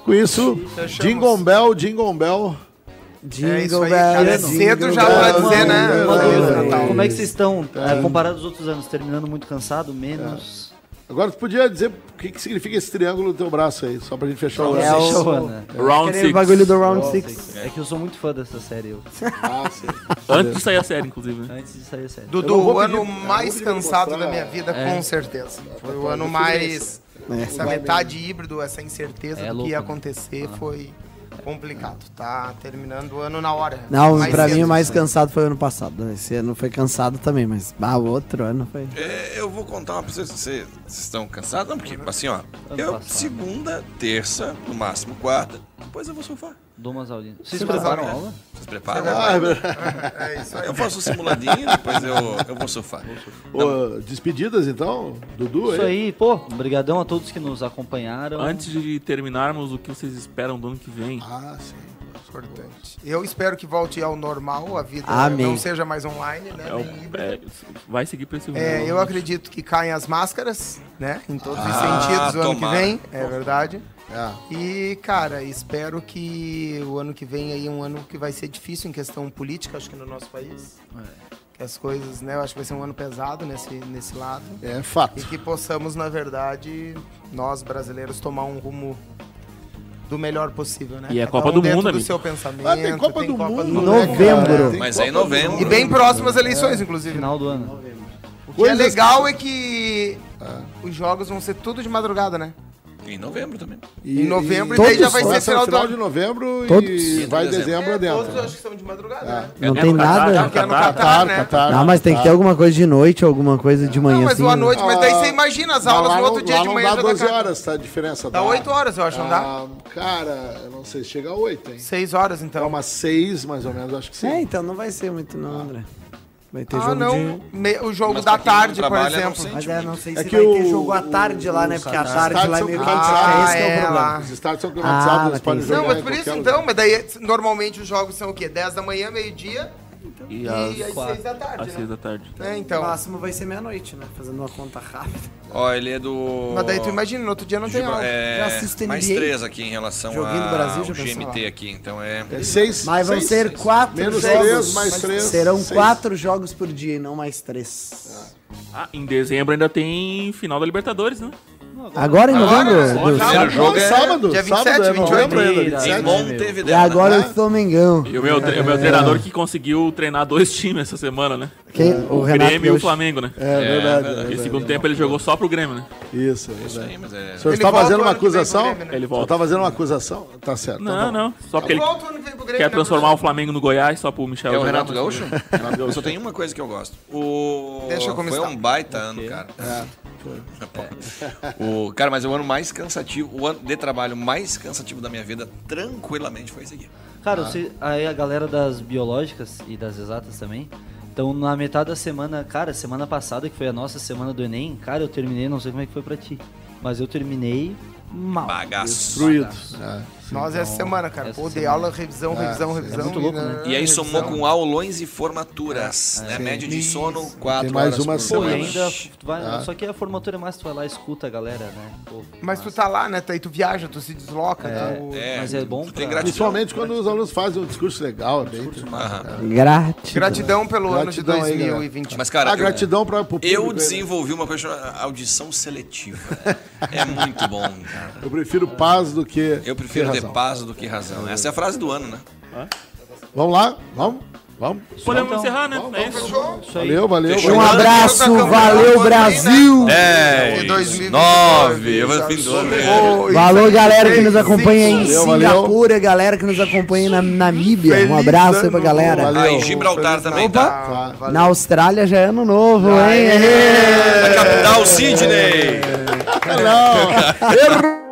D: Com isso,
B: Fechamos.
D: Jingle Bell, Jingle Bell.
B: É isso aí,
A: Jingle
B: cara. É
A: bells,
B: cedo
A: jingle
B: já pra
A: bells,
B: dizer, né?
A: jingle
C: Uma
A: bells.
C: dúvida,
D: é,
C: Natal. Como é que vocês estão,
D: Tá.
C: é, comparado aos outros anos? Terminando muito cansado, menos.
D: Agora tu podia dizer o que, que significa esse triângulo no teu braço aí, só pra gente fechar o
A: É
D: braço.
A: o-
C: Joana.
E: Round
A: Aquele
E: 6.
A: bagulho do Round Six.
C: né? É que eu sou muito fã dessa série. eu-
D: Ah, sim.
E: Antes de sair a série, inclusive. né?
C: Antes de sair a série.
D: Eu
B: Dudu,
D: não vou
B: o ano
D: pedir-
B: mais
D: eu não vou pedir
B: cansado
D: mostrar.
B: da minha vida,
C: É.
B: com certeza. Foi o ano
D: tudo
B: mais.
A: É.
B: Essa metade híbrido, essa incerteza
C: É
B: do
C: louco,
B: que ia
C: né?
B: acontecer foi complicado. Tá terminando o ano na hora.
A: Não,
B: Mais
A: pra mim é
B: cedo.
A: o mais cansado foi ano passado. Esse ano foi cansado também, mas ah, o outro ano foi.
F: É, eu vou contar uma pra vocês. Vocês vocês estão cansados? Não, porque assim, ó.
C: Ano
F: Eu,
C: passado.
F: segunda, terça, no máximo quarta, depois eu vou surfar.
C: Dou umas aulinhas. Vocês
B: umas
C: preparam
B: aulinhas.
C: aula?
F: Vocês preparam?
D: Ah, é verdade.
B: É isso aí.
F: Eu faço um simuladinho, depois eu, eu vou surfar.
D: Ô, despedidas então, Dudu?
C: Isso
D: aí?
C: aí, pô. Obrigadão a todos que nos
A: Então.
C: acompanharam.
E: Antes de terminarmos, o que vocês esperam do ano que vem?
D: Ah, sim.
B: Importante. Eu espero que volte ao normal, a vida
A: Amém.
B: não seja mais online, né?
E: É o-
B: nem híbrida.
E: é, vai seguir pra esse né? rumo.
B: É, eu acredito que caem as máscaras, né? Em todos os
F: Ah,
B: sentidos o ano que
F: tomara.
B: vem, é verdade.
D: É.
B: E, cara, espero que o ano que vem aí é um ano que vai ser difícil em questão política, acho que no nosso país.
D: É.
B: Que as coisas, né? Eu acho que vai ser um ano pesado nesse, nesse lado.
D: É
B: E
D: fato.
B: que possamos, na verdade, nós brasileiros tomar um rumo do melhor possível, né?
E: E é
B: Cada
E: Copa
B: um
E: do
B: dentro
E: Mundo,
B: do
E: amigo.
B: seu pensamento.
D: Ah, tem Copa
B: tem
D: do
B: Copa
D: Mundo.
A: Mundo,
D: né, cara?
A: Novembro.
D: Tem
F: Mas
D: Copa
F: é em
D: do
F: novembro.
D: Mundo.
B: E
D: É.
B: bem próximas eleições, inclusive. né?
C: Final do ano.
B: O que é
D: Coisas-
B: legal é que os jogos vão ser tudo de madrugada, né?
F: Em novembro também.
D: E-
B: em novembro, e
A: todos
B: daí já vai
D: Começa
B: ser
D: no
B: final do
D: de
B: ano.
D: novembro
A: Todos.
D: e vai
F: Em
D: dezembro Tá,
B: É,
D: adentro.
B: Todos acho que são de madrugada, né?
A: Não
E: É
A: tem
E: no Catar,
A: nada.
B: Porque é no
E: Catar.
B: Catar, né?
A: Ah, mas tem que
D: Tá.
A: ter alguma coisa de noite, alguma coisa de manhã.
B: Não, mas
A: assim,
B: o à
A: né?
B: noite, mas daí você imagina as aulas
D: Mas lá
B: no outro
D: não-
B: dia
D: lá
B: de
D: não
B: manhã
D: dá
B: já tá
D: 12
B: acabando.
D: horas, tá? A diferença
B: Dá 8 horas, eu acho, não dá?
D: Ah, Cara, eu não sei, chega a 8, hein?
B: 6 horas
D: É
B: então.
D: umas 6, mais ou menos, acho que sim.
A: É, então não vai ser muito não, André. Vai ter
B: Ah,
A: jogo
B: não.
A: de...
B: Me- O jogo
F: Mas
B: da
F: pra quem não
B: tarde, por
F: trabalha, não
B: exemplo.
F: sei.
A: Mas é, não sei
D: É
A: se
D: que
A: vai
D: o-
A: ter jogo à tarde lá, né? Porque a tarde
D: tardes
A: lá é
D: são
A: meio
D: cansados.
A: quente, esse que é o
B: Ah, é,
A: problema.
B: lá.
D: Os estádios são climatizados,
A: Ah,
D: eles podem
A: tem
D: jogar.
B: Não, mas
D: em
B: por isso
D: qualquer
B: então,
D: lugar.
B: mas daí normalmente os jogos são o quê? 10 da manhã, meio-dia
E: E
B: e
E: às,
B: às
C: quatro.
B: 6 da tarde,
E: às
B: né?
E: 6 da tarde.
B: É,
A: O
B: então.
A: máximo vai ser meia-noite, né? Fazendo uma conta rápida.
F: Ó, ele é do.
B: Mas daí tu imagina, no outro dia não tem
F: Gibra-
B: aula.
F: é,
A: Já assisto
F: mais
A: NBA.
F: três aqui em relação
A: Joguinho do
F: ao
A: Brasil, já pensou
F: GMT
A: lá.
F: aqui, então é.
D: É 6.
A: Mas vão ser quatro
D: Menos
A: jogos.
D: três, mais três,
A: Serão
D: seis.
A: quatro jogos por dia e não mais três.
E: Ah, em dezembro ainda tem final da Libertadores, né?
A: Agora em
B: Agora,
A: novembro?
B: agora,
A: Deus,
B: já.
A: sabe?
F: Primeiro jogo é
D: sábado.
B: dia
D: sábado
B: 27,
D: é novembro ainda,
C: 28.
D: 27.
F: em
A: E
F: Montevideo.
A: agora
F: né?
A: eu sou Mengão.
E: E o meu, tre- o
A: É.
E: meu treinador que conseguiu treinar dois times essa semana, né?
A: Quem? O,
E: O
A: Renato
E: Grêmio e o
A: Gaúcho.
E: Flamengo, né?
D: É verdade. é
E: Esse
D: verdade.
E: segundo tempo ele jogou só pro Grêmio,
F: Tá
E: né?
D: Isso, é
F: Isso
D: verdade.
F: aí, mas é.
D: O senhor
B: Ele
D: está
B: volta
D: fazendo
B: o
D: uma
B: ano que vem pro
D: acusação?
B: Grêmio, né?
E: Ele
D: Você
E: volta.
D: tá fazendo uma acusação? Tá certo.
E: Não, não. Só porque ele
B: Volta ano que vem pro Grêmio,
E: quer
B: né,
E: transformar o
B: professor?
E: Flamengo no Goiás só pro Michel
F: Tá É o
E: jogar,
F: Renato
E: mas-
F: Gaúcho? Eu só tenho uma coisa que eu gosto. O...
B: Deixa eu começar.
F: Foi um baita ano, cara. O... Cara, mas é o ano mais cansativo, o ano de trabalho mais cansativo da minha vida, tranquilamente, foi esse aqui.
C: Cara, você- aí a galera das biológicas e das exatas também Então, na metade da semana, cara, semana passada, que foi a nossa semana do Enem, cara, eu terminei, não sei como é que foi pra ti, mas eu terminei mal.
F: Bagaço.
D: Destruído.
B: Nós essa semana, cara.
C: essa
B: Pô, dei
C: semana.
B: aula, revisão, revisão, revisão.
C: muito louco, né?
F: E é aí somou
B: revisão.
F: com aulões e formaturas. né? Média de
B: Isso.
F: sono, 4
D: É, Tem mais
F: horas
D: uma
F: por
C: Pô, e
D: semana.
F: semana.
C: ainda tu vai- só que a formatura é mais tu vai lá e escuta a galera, né? Pô,
B: Mas tu tá lá, né? Tá, aí tu viaja, tu se desloca. tu...
F: É,
C: Mas é bom
F: tu tem
C: pra-
F: gratidão.
D: Principalmente quando os alunos fazem um discurso legal, é bem.
F: Aham.
A: Grátis.
B: Gratidão pelo
D: Gratidão aí,
B: ano de
D: galera.
B: 2020.
F: Mas, cara,
D: a
F: eu-
D: gratidão para pro público.
F: eu,
D: aí, né?
F: desenvolvi uma coisa chamada audição seletiva. é muito bom, cara.
D: Eu prefiro paz do que.
F: Eu
D: que
F: prefiro ter
D: razão.
F: paz do que razão. Essa é a frase do ano, né?
D: Vamos lá? Vamos? Vamos?
E: Podemos
C: Então,
E: encerrar, né? É isso.
C: isso aí.
D: Valeu, valeu.
F: Fechou.
A: Um
D: valeu.
A: abraço, valeu Brasil!
F: É,
B: E 2022,
F: eu vou fim do ano.
B: Ô,
A: Valeu,
B: isso aí,
A: galera que
B: seis,
A: nos acompanha em
B: cinco.
D: Valeu, valeu.
A: Singapura, galera que nos acompanha na Namíbia. Um
B: Feliz
A: abraço aí pra
B: ano
A: galera.
D: novo.
F: Ah, e Gibraltar também, tá?
B: Opa! Valeu.
A: Na Austrália já é ano novo, hein?
F: Da capital, Sydney.
D: Não.